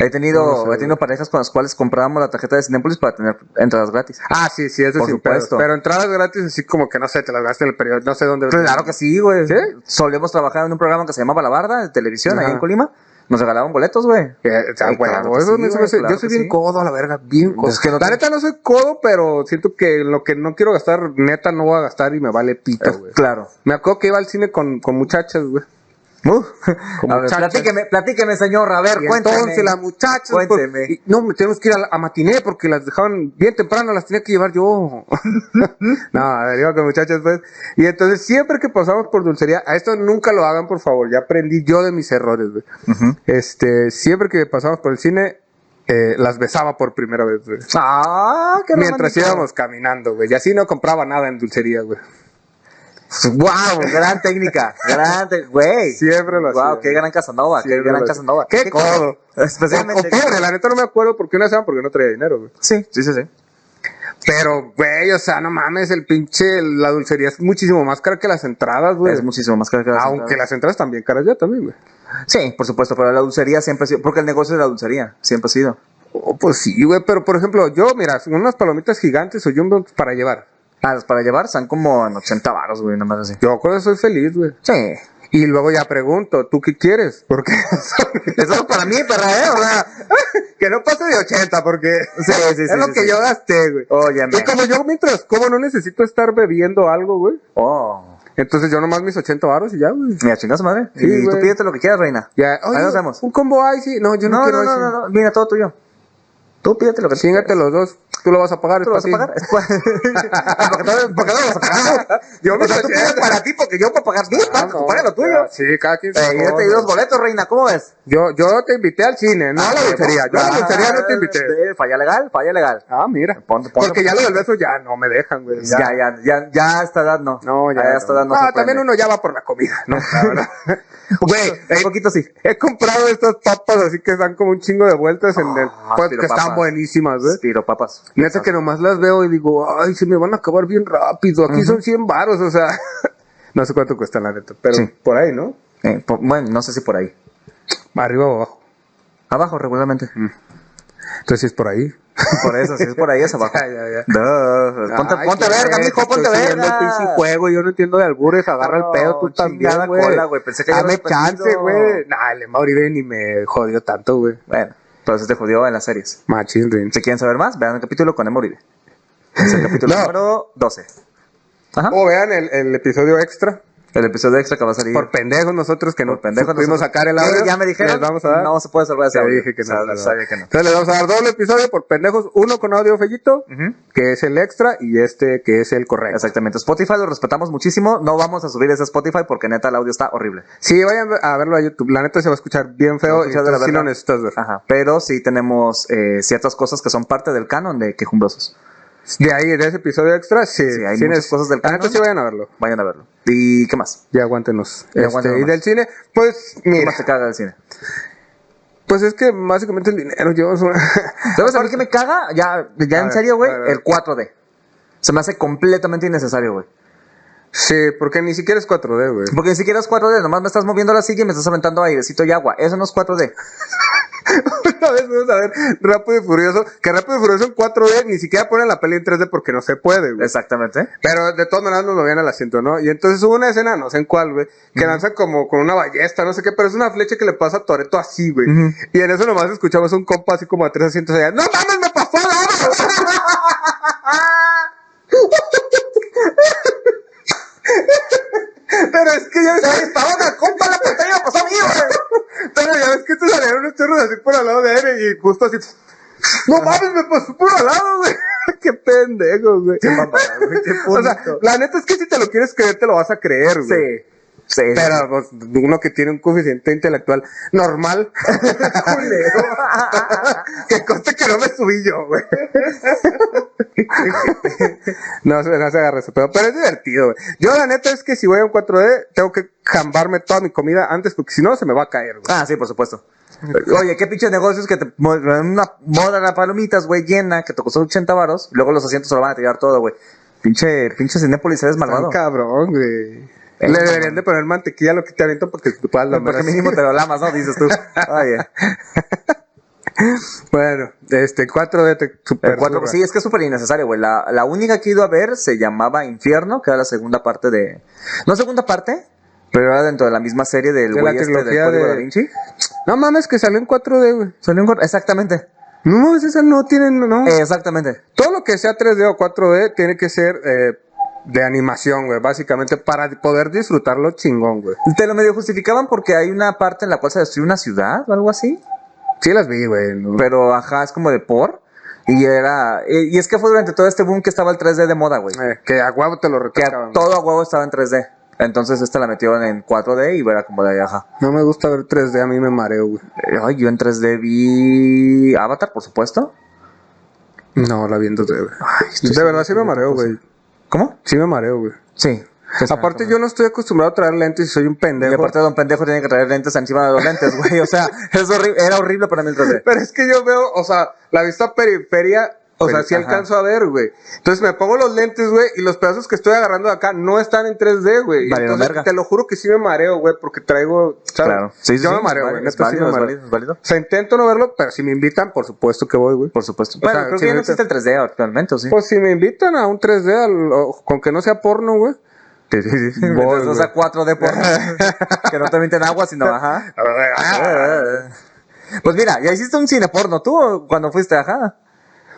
He tenido, No lo sé, he tenido parejas con las cuales comprábamos la tarjeta de Cinepolis para tener entradas gratis. Ah, sí, sí, eso Por sí. supuesto. Pero entradas gratis, así como que no sé, te las gasté en el periodo, no sé dónde. Claro que sí, güey. ¿Sí? Solíamos trabajar en un programa que se llamaba La Barda de televisión, ahí Ajá. en Colima. Nos regalaban boletos, güey. Eh, o sea, Sí, güey, claro güey, que eso sí, me- eso güey, me- claro yo soy que bien sí. codo, a la verga, bien codo. Es que no la te- neta no soy codo, pero siento que lo que no quiero gastar, neta no voy a gastar y me vale pito, Eh, güey. claro. Me acuerdo que iba al cine con, con muchachas, güey. Uh, Con a ver, muchachas. platíqueme, platíqueme, señor. A ver, Y cuénteme. entonces las muchachas, pues, Cuénteme. y- no, me tenemos que ir a, la- a matiné porque las dejaban bien temprano, las tenía que llevar yo. no, a ver, iba con muchachas, pues. Y entonces siempre que pasamos por dulcería, a esto nunca lo hagan, por favor, ya aprendí yo de mis errores, güey. Ujú. Este, siempre que pasamos por el cine, eh, las besaba por primera vez, güey. Ah, qué Mientras romántico. íbamos caminando, güey. Y así no compraba nada en dulcería, güey. Wow, gran técnica, gran, te- güey. Siempre lo Wow, hacía. qué gran Casanova, qué Siempre gran lo hacía. Casanova. Qué codo. O, o Especialmente. pobre, la neta no me acuerdo por qué no hacían porque no traía dinero, güey. Sí, sí, sí, sí. Pero, güey, o sea, no mames, el pinche, la dulcería es muchísimo más cara que las entradas, güey. Es muchísimo más caro que la Aunque sentada. las entradas también caras ya también, güey. Sí, por supuesto, pero la dulcería siempre ha sido, porque el negocio de la dulcería siempre ha sido. Oh, pues sí, güey, pero por ejemplo, yo, mira, unas palomitas gigantes o jumbo para llevar. Ah, las para llevar están como en 80 baros, güey, nada más así. Yo con eso soy feliz, güey. Sí. Y luego ya pregunto, ¿tú qué quieres? Porque Eso es para mí, perra, ¿eh? O sea, que no pase de 80, porque Sí, sí, sí, es lo sí, que sí. Oh, yo gasté, güey. óyeme. Y como yo mientras como no necesito estar bebiendo algo, güey. Oh. Entonces yo nomás mis 80 varos y ya, güey. Mira, chingas madre. Sí, y tú güey. pídete lo que quieras, reina. Ya, Ahí nos vemos. Un combo icy. No, yo no, No, no, quiero no, icy. no, no, mira, todo tuyo. Tú pídete lo que tú Chíngate los dos. Tú lo vas a pagar. ¿Tú lo vas a es pagar? para ti. Es pa- porque no, porque no lo vas a pagar. Yo me O sea, tú saqué. pagas para ti porque yo puedo pagar tú, Ah, paga, no, tú paga lo tuyo. ya, Sí, cada quien Eh, yo te di dos boletos, reina, ¿cómo ves? Yo, yo te invité al cine, Ah, no a la dulcería. Yo a la dulcería no te invité. Eh, Falla legal, falla legal. Ah, mira. Ponte- ponte- Porque ya lo del beso ya no me dejan, güey. Ya, ya, ya, ya a esta edad no. No, ya. A esta edad no. se Ah, puede. también uno ya va por la comida, ¿no? La verdad. Güey, Un eh, poquito sí. He comprado estas papas así que dan como un chingo de vueltas en el Ah, pues, pero que están papas. buenísimas, güey. Tiro papas. Neta que nomás las veo y digo, ay, se me van a acabar bien rápido. Aquí son 100 varos, o sea. no sé cuánto cuesta la neta, pero Sí. por ahí, ¿no? Eh, po- bueno, no sé si por ahí. Arriba o abajo. Abajo regularmente. Entonces sí es por ahí. Por eso, si es por ahí es abajo. Ya, ya, ya. Duh. Ponte, Ay, ponte qué verga, ves, mijo, estoy ponte siguiendo el pinche verga. juego, yo no entiendo de albures, agarra No, el pedo tú también, chingada güey. cola, güey, pensé que ya Dame habías chance, aprendido. güey. Nah, el Emma Uribe ni me jodió tanto, güey. Bueno, entonces te jodió en las series. Machín, rin. Si quieren saber más, vean el capítulo con Emma Uribe. Es el capítulo No. número 12. Ajá. O vean el, el episodio extra. El episodio extra que va a salir. Por pendejos nosotros que no por pendejo, pudimos nosotros- sacar el Sí, audio. Ya me dijeron. Les vamos a dar. No se puede salvar ese Te audio. dije que no. Sa- no. sabía que no. Entonces les vamos a dar doble episodio por pendejos. Uno con audio fellito, Ujú. que es el extra, y este que es el correcto. Exactamente. Spotify lo respetamos muchísimo. No vamos a subir ese a Spotify porque neta el audio está horrible. Sí, vayan a verlo a YouTube. La neta se va a escuchar bien Se va feo. a escuchar de la entonces sí lo verga. necesitas ver. Ajá. Pero sí tenemos eh, ciertas cosas que son parte del canon de quejumbrosos. De ahí, de ese episodio extra, sí. Sí, hay sí muchas neces- cosas del La neta canon. sí vayan a verlo. Vayan a verlo. ¿Y qué más? Ya aguántenos. Ya Este, aguántenos y más. del cine, pues, ¿Qué mira, más te caga del cine? pues es que básicamente el dinero llevamos una... ¿Sabes a mí que me caga? Ya, ya A en ver, serio, güey. a ver. El 4D. Se me hace completamente innecesario, güey. sí, porque ni siquiera es 4D, güey. Porque ni siquiera es 4D. Nomás me estás moviendo la silla y me estás aventando airecito y agua. Eso no es 4D. Una vez vamos a ver Rápido y Furioso, que Rápido y Furioso en 4D ni siquiera ponen la peli en 3D porque no se puede, güey. Exactamente. Pero de todas maneras nos lo veían al asiento, ¿no? Y entonces hubo una escena, no sé en cuál, güey, que lanza como con una ballesta, no sé qué, pero es una flecha que le pasa a Toreto así, güey. Ujú. Y en eso nomás escuchamos un compa así como a tres asientos allá. ¡No mames, me pasó la Pero es que ya ves que estaba otra compa la pantalla me pasó a mí, güey. Pero ya ves que te salieron unos chorros así por al lado de él y justo así. No mames, me pasó por al lado, güey. Qué pendejo, güey. O sea, la neta es que si te lo quieres creer, te lo vas a creer, güey. Sí. Sí. Pero pues, uno que tiene un coeficiente intelectual normal. culero. que conste que no me subí yo, güey. no, se- no se agarra ese pedo. Pero es divertido, güey. Yo la neta es que si voy a un 4D, tengo que jambarme toda mi comida antes, porque si no, se me va a caer, güey. Ah, sí, por supuesto. Oye, qué pinche negocios que te mo- una moda de palomitas, güey, llena, que te costó 80 varos, luego los asientos se lo van a tirar todo, güey. Pinche, pinche Cinépolis, eres malvado. Tan cabrón, güey. Ven, Le mamá. deberían de poner mantequilla a lo que te aviento porque tú puedas lamer Porque así. mínimo te lo lamas, ¿no? Dices tú. Oye, Bueno, este 4D te super el Eh, cuatro- zurra. sí, es que es súper innecesario, güey. La, la única que he ido a ver se llamaba Infierno, que era la segunda parte de... No segunda parte, pero era dentro de la misma serie del De la güey este del trilogía Código de- Da Vinci. No mames, que salió en 4D, güey. Salió un cor- Exactamente, No mames, esa no tienen, no. eh, exactamente. Todo lo que sea 3D o 4D tiene que ser eh, de animación, güey, básicamente para poder disfrutarlo chingón, güey. Te lo medio justificaban porque hay una parte en la cual se destruye una ciudad o algo así. Sí las vi, güey. ¿no? pero ajá, es como de por. Y era. Y y es que fue durante todo este boom que estaba el 3D de moda, güey. Eh, que a huevo te lo Que retacaban. a- todo a huevo estaba en 3D. Entonces esta la metieron en 4D y era como de ajá. No me gusta ver 3D, a mí me mareo, güey. Eh, Ay, yo en 3D vi. Avatar, por supuesto. No, la viendo 3D, güey. estoy De verdad sí me sintiendo mareo, cosa. güey. ¿Cómo? Sí me mareo, güey. Sí. Aparte yo no estoy acostumbrado a traer lentes y soy un Y pendejo. aparte, don pendejo tiene que traer lentes encima de los lentes, güey. O sea, es horri- era horrible para mí el 3D. Pero es que yo veo, o sea, la vista periferia, o Pero- sea, sí ajá. alcanzo a ver, güey. Entonces me pongo los lentes, güey, y los pedazos que estoy agarrando de acá no están en 3D, güey. Y Vale, Entonces verga. te lo juro que sí me mareo, güey, porque traigo, ¿sabes? Claro. Sí, sí, yo sí, me mareo, es güey. válido, neta, es sí me válido, es mareo. válido, es válido. O sea, intento no verlo, pero si me invitan, por supuesto que voy, güey. Por supuesto. O Bueno, sea, creo sí, que ya no ahorita- existe el 3D actualmente, ¿o sí? Pues si me invitan a un 3D, al- o- con que no sea porno, güey. voy, Mientras no güey. sea 4D por. que no te meten agua, sino Ah. ajá. Ah, Pues mira, ya hiciste un cine porno tú o cuando fuiste ajá.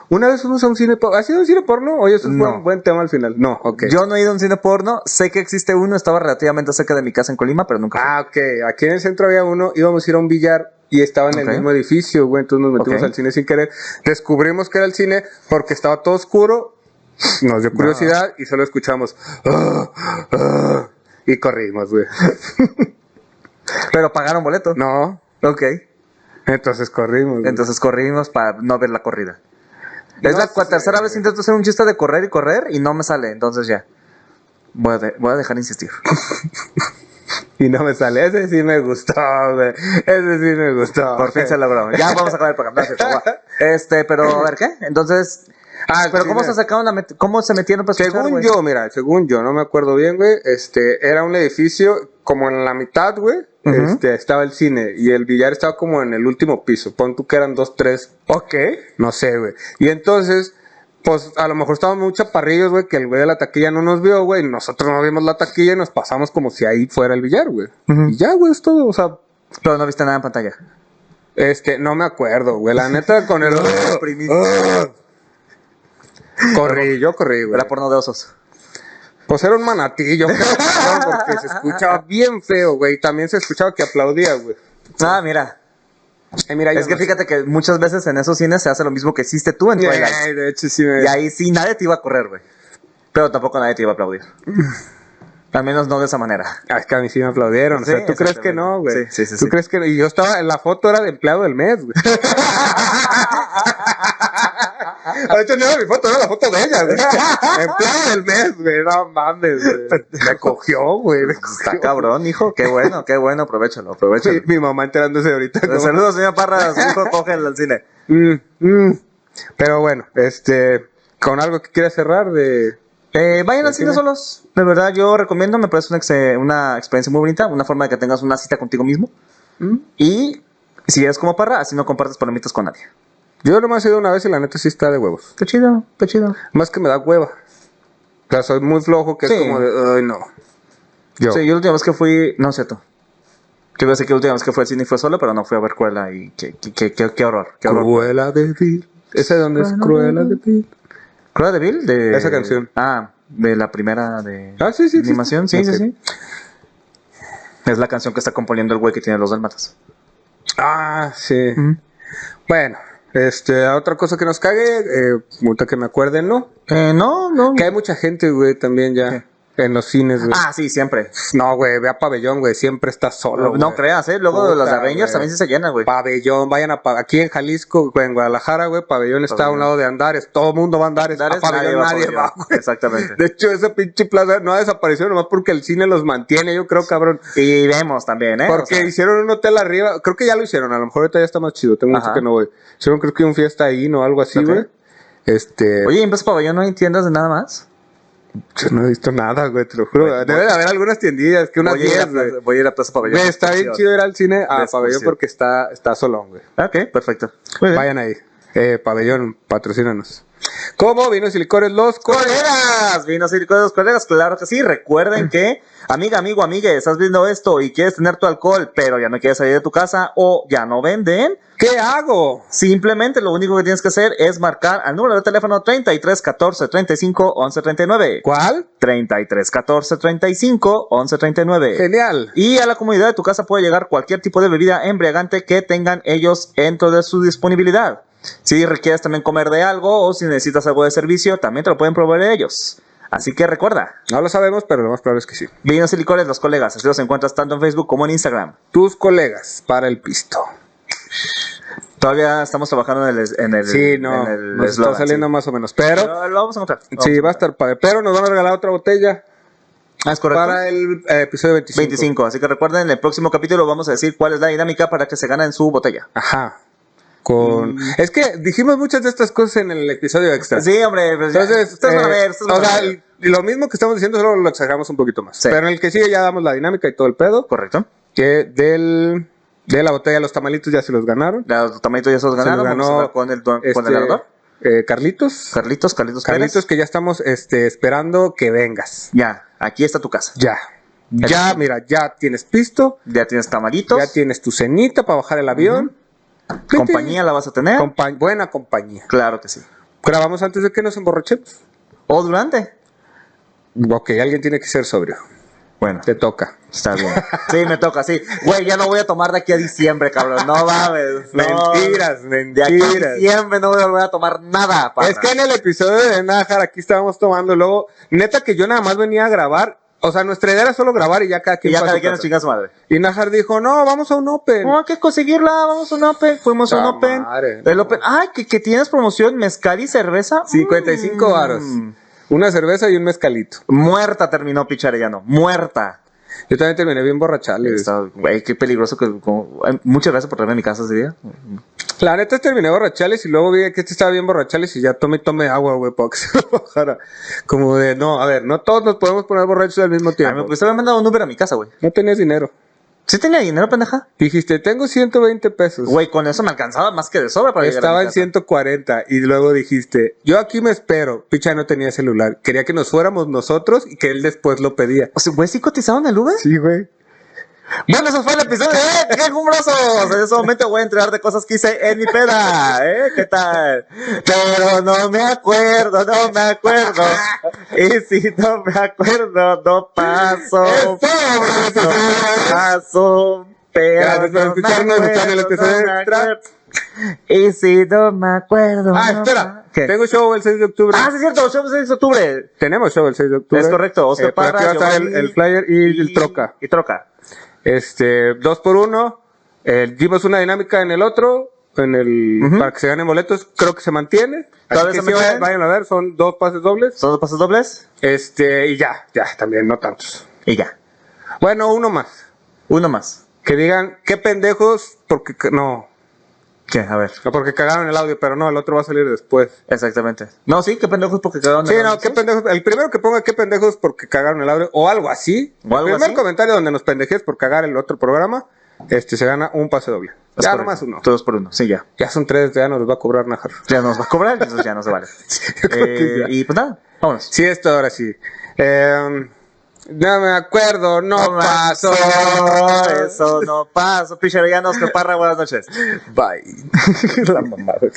Una vez fuimos a un cine porno. ¿Ha sido un cine porno? Oye, eso es No. buen, buen tema al final. No, ok. Yo no he ido a un cine porno, sé que existe uno, estaba relativamente cerca de mi casa en Colima, pero nunca. fui. Ah, ok. Aquí en el centro había uno, íbamos a ir a un billar y estaba en Ok. el mismo edificio, güey. Entonces nos metimos Ok. al cine sin querer. Descubrimos que era el cine porque estaba todo oscuro. Nos dio curiosidad y solo escuchamos. "Ah, ah", y corrimos, güey. Pero pagaron boleto. Ah. No. Ok. Entonces corrimos. güey. Entonces corrimos para no ver la corrida. es No la sé. cua- tercera vez que intento hacer un chiste de correr y correr y no me sale, entonces ya. Voy a, de- voy a dejar insistir. Y no me sale. Ese sí me gustó, güey. Ese sí me gustó. Por fin se logró. Ya vamos a acabar el programa. No es cierto, guau. Este, pero a ver qué. Entonces, Ah, Pero sí, ¿cómo mira. se sacaron la met- ¿Cómo se metieron para escuchar, Según güey? yo, mira, según yo, no me acuerdo bien, güey, este, era un edificio como en la mitad, güey, Ujú. este, estaba el cine y el billar estaba como en el último piso, pon tú que eran dos, tres, Ok. no sé, güey, y entonces, pues, a lo mejor estábamos muy chaparrillos, güey, que el güey de la taquilla no nos vio, güey, y nosotros no vimos la taquilla y nos pasamos como si ahí fuera el billar, güey, Ujú. y ya, güey, es todo, o sea, Pero no viste nada en pantalla. este, no me acuerdo, güey, la neta, con el... Ah. Oh. corrí, yo corrí, güey. Era porno de osos. Pues era un manatillo, pues, porque se escuchaba bien feo, güey. y También se escuchaba que aplaudía, güey. Ah, mira. Ay, mira, yo Es que no sé. fíjate que muchas veces en esos cines se hace lo mismo que hiciste tú en Twilight. Ay, de hecho, sí me... Y ahí sí, nadie te iba a correr, güey. Pero tampoco nadie te iba a aplaudir. Al menos no de esa manera. Ah, es que a mí sí me aplaudieron. o sea, Sí, ¿tú crees que no, güey? exactamente. Sí, sí, sí, ¿Tú sí. crees que no? Y yo estaba... En la foto era de empleado del mes, güey. De hecho, no era mi foto, era la foto de ella, güey. empleado del mes, güey. No mames, güey. Me cogió, güey. Me cogió. Pues, Está cabrón, hijo. Qué bueno, qué bueno. Aprovechalo, aprovechalo. Mi, mi mamá enterándose ahorita. como- Saludos, señor Parra. Su hijo coge el cine. Mm, mm. Pero bueno, este... Con algo que quieras cerrar de... Eh, vayan al ¿Sí, cine güey? solos. De verdad, yo recomiendo. Me parece una, ex- eh, una experiencia muy bonita. Una forma de que tengas una cita contigo mismo. Mm. Y si eres como Parra, así no compartes palomitas con nadie. Yo nomás he ido una vez y la neta sí está de huevos. Qué chido, qué chido. Más que me da hueva. O sea, soy muy flojo que Sí. es como de, ay, no. Yo. Sí, yo la última vez que fui. No, es cierto. Yo pensé que la última vez que fui al cine fue solo, pero no fui a ver Cruella y qué, qué, qué, qué, qué horror. Qué horror. Cruela de Vil. ¿Ese de dónde es Cruela de Vil? ¿Cruella de Bill? De... Esa canción. Ah, de la primera de Ah, sí, sí, sí. animación. Sí, Ok. sí, sí. Es la canción que está componiendo el güey que tiene los dalmatas. Ah, sí. Bueno, este, otra cosa que nos cague, eh, ahorita que me acuerden, ¿no? Eh, no, no. Que hay mucha gente, güey, también ya. En los cines, güey. Ah, sí, siempre. No, güey, ve a pabellón, güey, siempre está solo. no güey. creas, ¿eh? Luego Puta, las de Avengers güey. también sí se llenan, güey. Pabellón, vayan a pa- aquí en Jalisco, güey, en Guadalajara, güey, pabellón está a un Pabellón. lado de Andares, todo el mundo va a Andares, Andares, a pabellón nadie va a nadie Pabellón. va, güey. Exactamente. De hecho, esa pinche plaza no ha desaparecido nomás porque el cine los mantiene, yo creo, cabrón. Y vemos también, ¿eh? O Porque sea, hicieron un hotel arriba, creo que ya lo hicieron, a lo mejor ahorita ya está más chido, tengo mucho Ajá. que no voy. Hicieron creo que un fiesta ahí, ¿no? Algo así, Ok. güey. Este, Oye, ¿y en Plaza Pabellón no hay tiendas de nada más. yo no he visto nada, güey, te lo juro. Voy- Debe de haber algunas tiendillas, que unas voy, a ir a 10, güey. Plaza- voy a ir a Plaza Pabellón. Güey, está bien chido ir al cine a De pabellón excursión. porque está, está solón, güey. Ok, perfecto. Muy bien. Vayan ahí. Eh, pabellón, patrocínanos. ¿Cómo? Vinos y licores los coreanos. Colegas, vinos y colegas, colegas, claro que sí. Recuerden que, amiga, amigo, amiga, estás viendo esto y quieres tener tu alcohol, pero ya no quieres salir de tu casa o ya no venden. ¿Qué hago? Simplemente lo único que tienes que hacer es marcar al número de teléfono 33 14 35 11 39. ¿Cuál? 33 14 35 11 39. Genial. Y a la comunidad de tu casa puede llegar cualquier tipo de bebida embriagante que tengan ellos dentro de su disponibilidad. Si requieres también comer de algo o si necesitas algo de servicio, también te lo pueden proveer ellos. Así que recuerda, No lo sabemos, pero lo más probable es que sí. vinos y licores, los colegas, así los encuentras tanto en Facebook como en Instagram. Tus colegas para el pisto. Todavía estamos trabajando en el, es- en el, Sí, no. en el Nos está eslogan, saliendo sí. más o menos. Pero Pero lo vamos a encontrar. Vamos sí, a va a encontrar. estar padre. Pero nos van a regalar otra botella Ah, es correcto. para el eh, episodio 25. 25. Así que recuerden, en el próximo capítulo vamos a decir cuál es la dinámica para que se gane en su botella. Ajá. Mm. Con... Es que dijimos muchas de estas cosas en el episodio extra. Sí, hombre. pues ya, Entonces, ustedes van a eh, ver, ustedes o van a sea, ver. el- lo mismo que estamos diciendo, solo lo exageramos un poquito más. Sí. Pero en el que sigue ya damos la dinámica y todo el pedo. Correcto. que del, de la botella de los tamalitos ya se los ganaron. Los tamalitos ya se los Se ganaron. los vamos a hablar con el, don- con este, el ganador. eh, Carlitos. Carlitos, Carlitos, Pérez. Carlitos, que ya estamos este, esperando que vengas. Ya, aquí está tu casa. Ya. Ya, mira, ya tienes pisto, Ya tienes tamalitos. ya tienes tu cenita para bajar el avión. Vete. compañía la vas a tener. Compa- buena compañía. claro que sí. Grabamos antes de que nos emborrachemos. O durante. Ok, alguien tiene que ser sobrio. Bueno, Te toca. está bien. Sí, me toca, sí. Güey, ya no voy a tomar de aquí a diciembre, cabrón. No mames. no. mentiras, De aquí a mentiras. diciembre no voy a volver a tomar nada. Para Es que en el episodio de Nájar aquí estábamos tomando luego, neta que yo nada más venía a grabar, o sea, nuestra idea era solo grabar y ya cada Y quien ya fue a cada su quien nos casa. chinga su madre. Y Nájar dijo, "No, vamos a un Open." No, hay que conseguirla, vamos a un Open. Fuimos a un Ta Open. madre, el no. Open. Ay, que, que tienes promoción, mezcal y cerveza. 55 Mm. varos. Una cerveza y un mezcalito. Muerta terminó Picharellano, muerta. Yo también terminé bien borrachales. Está- güey, qué peligroso que. como- ay, muchas gracias por traerme a mi casa ese día. La neta terminé borrachales y luego vi que este estaba bien borrachales y ya tomé, tomé agua, güey, para que se me bajara. Como de, no, a ver, no todos nos podemos poner borrachos al mismo Ah, me tiempo. pudiste haber mandado un Uber a mi casa, güey. No tenías dinero. Sí tenía dinero, pendeja. Dijiste, tengo 120 pesos. Güey, con eso me alcanzaba más que de sobra para llegar a Estaba mi en casa. 140 y luego dijiste, yo aquí me espero. Picha no tenía celular. Quería que nos fuéramos nosotros y que él después lo pedía. O sea, güey, ¿sí cotizaron el Uber? Sí, güey. Bueno, eso fue el episodio de ¡Qué gumbrosos! En ese momento voy a enterar de cosas que hice en mi peda, ¿eh? ¿Qué tal? Pero no me acuerdo, no me acuerdo. Y si no me acuerdo, no paso. No paso. Pero Gracias por no me escucharnos, acuerdo, escuchar el episodio no me extra. acuerdo. Y si no me acuerdo. Ah, no espera. me- ¿Qué? Tengo show el 6 de octubre. Ah, sí es cierto, show de octubre. Tenemos show el 6 de octubre. Es correcto, Oscar Eh, por aquí va a Parra, estar el, Giovanni el flyer y, el troca. Y troca. Este, dos por uno. Eh, dimos una dinámica en el otro, en el, Ujú. para que se ganen boletos. Creo que se mantiene. Así Todavía que se sí, mantienen. vayan a ver, son dos pases dobles. ¿Son dos pasos dobles? Este, y ya, ya, también, no tantos. Y ya. Bueno, uno más. Uno más. Que digan, qué pendejos, porque ca- no, ¿Qué? A ver. no, porque cagaron el audio, pero no, el otro va a salir después. Exactamente. No, sí, qué pendejos porque quedaron. Sí, no, qué pendejos. El primero que ponga qué pendejos porque cagaron el audio o algo así. O algo el primer así. comentario donde nos pendejes por cagar el otro programa, este se gana un pase doble. Es ya correcto. nomás uno. Todos por uno, sí, ya. Ya son tres, ya nos va a cobrar Najar. Ya nos va a cobrar, entonces ya no se vale. yo creo Eh, que ya. y pues nada, vámonos. Sí, esto ahora sí. Eh, no me acuerdo, no, pasó. Eso no pasó. Pichero, ya nos Oscar Parra, buenas noches. Bye. La mamada.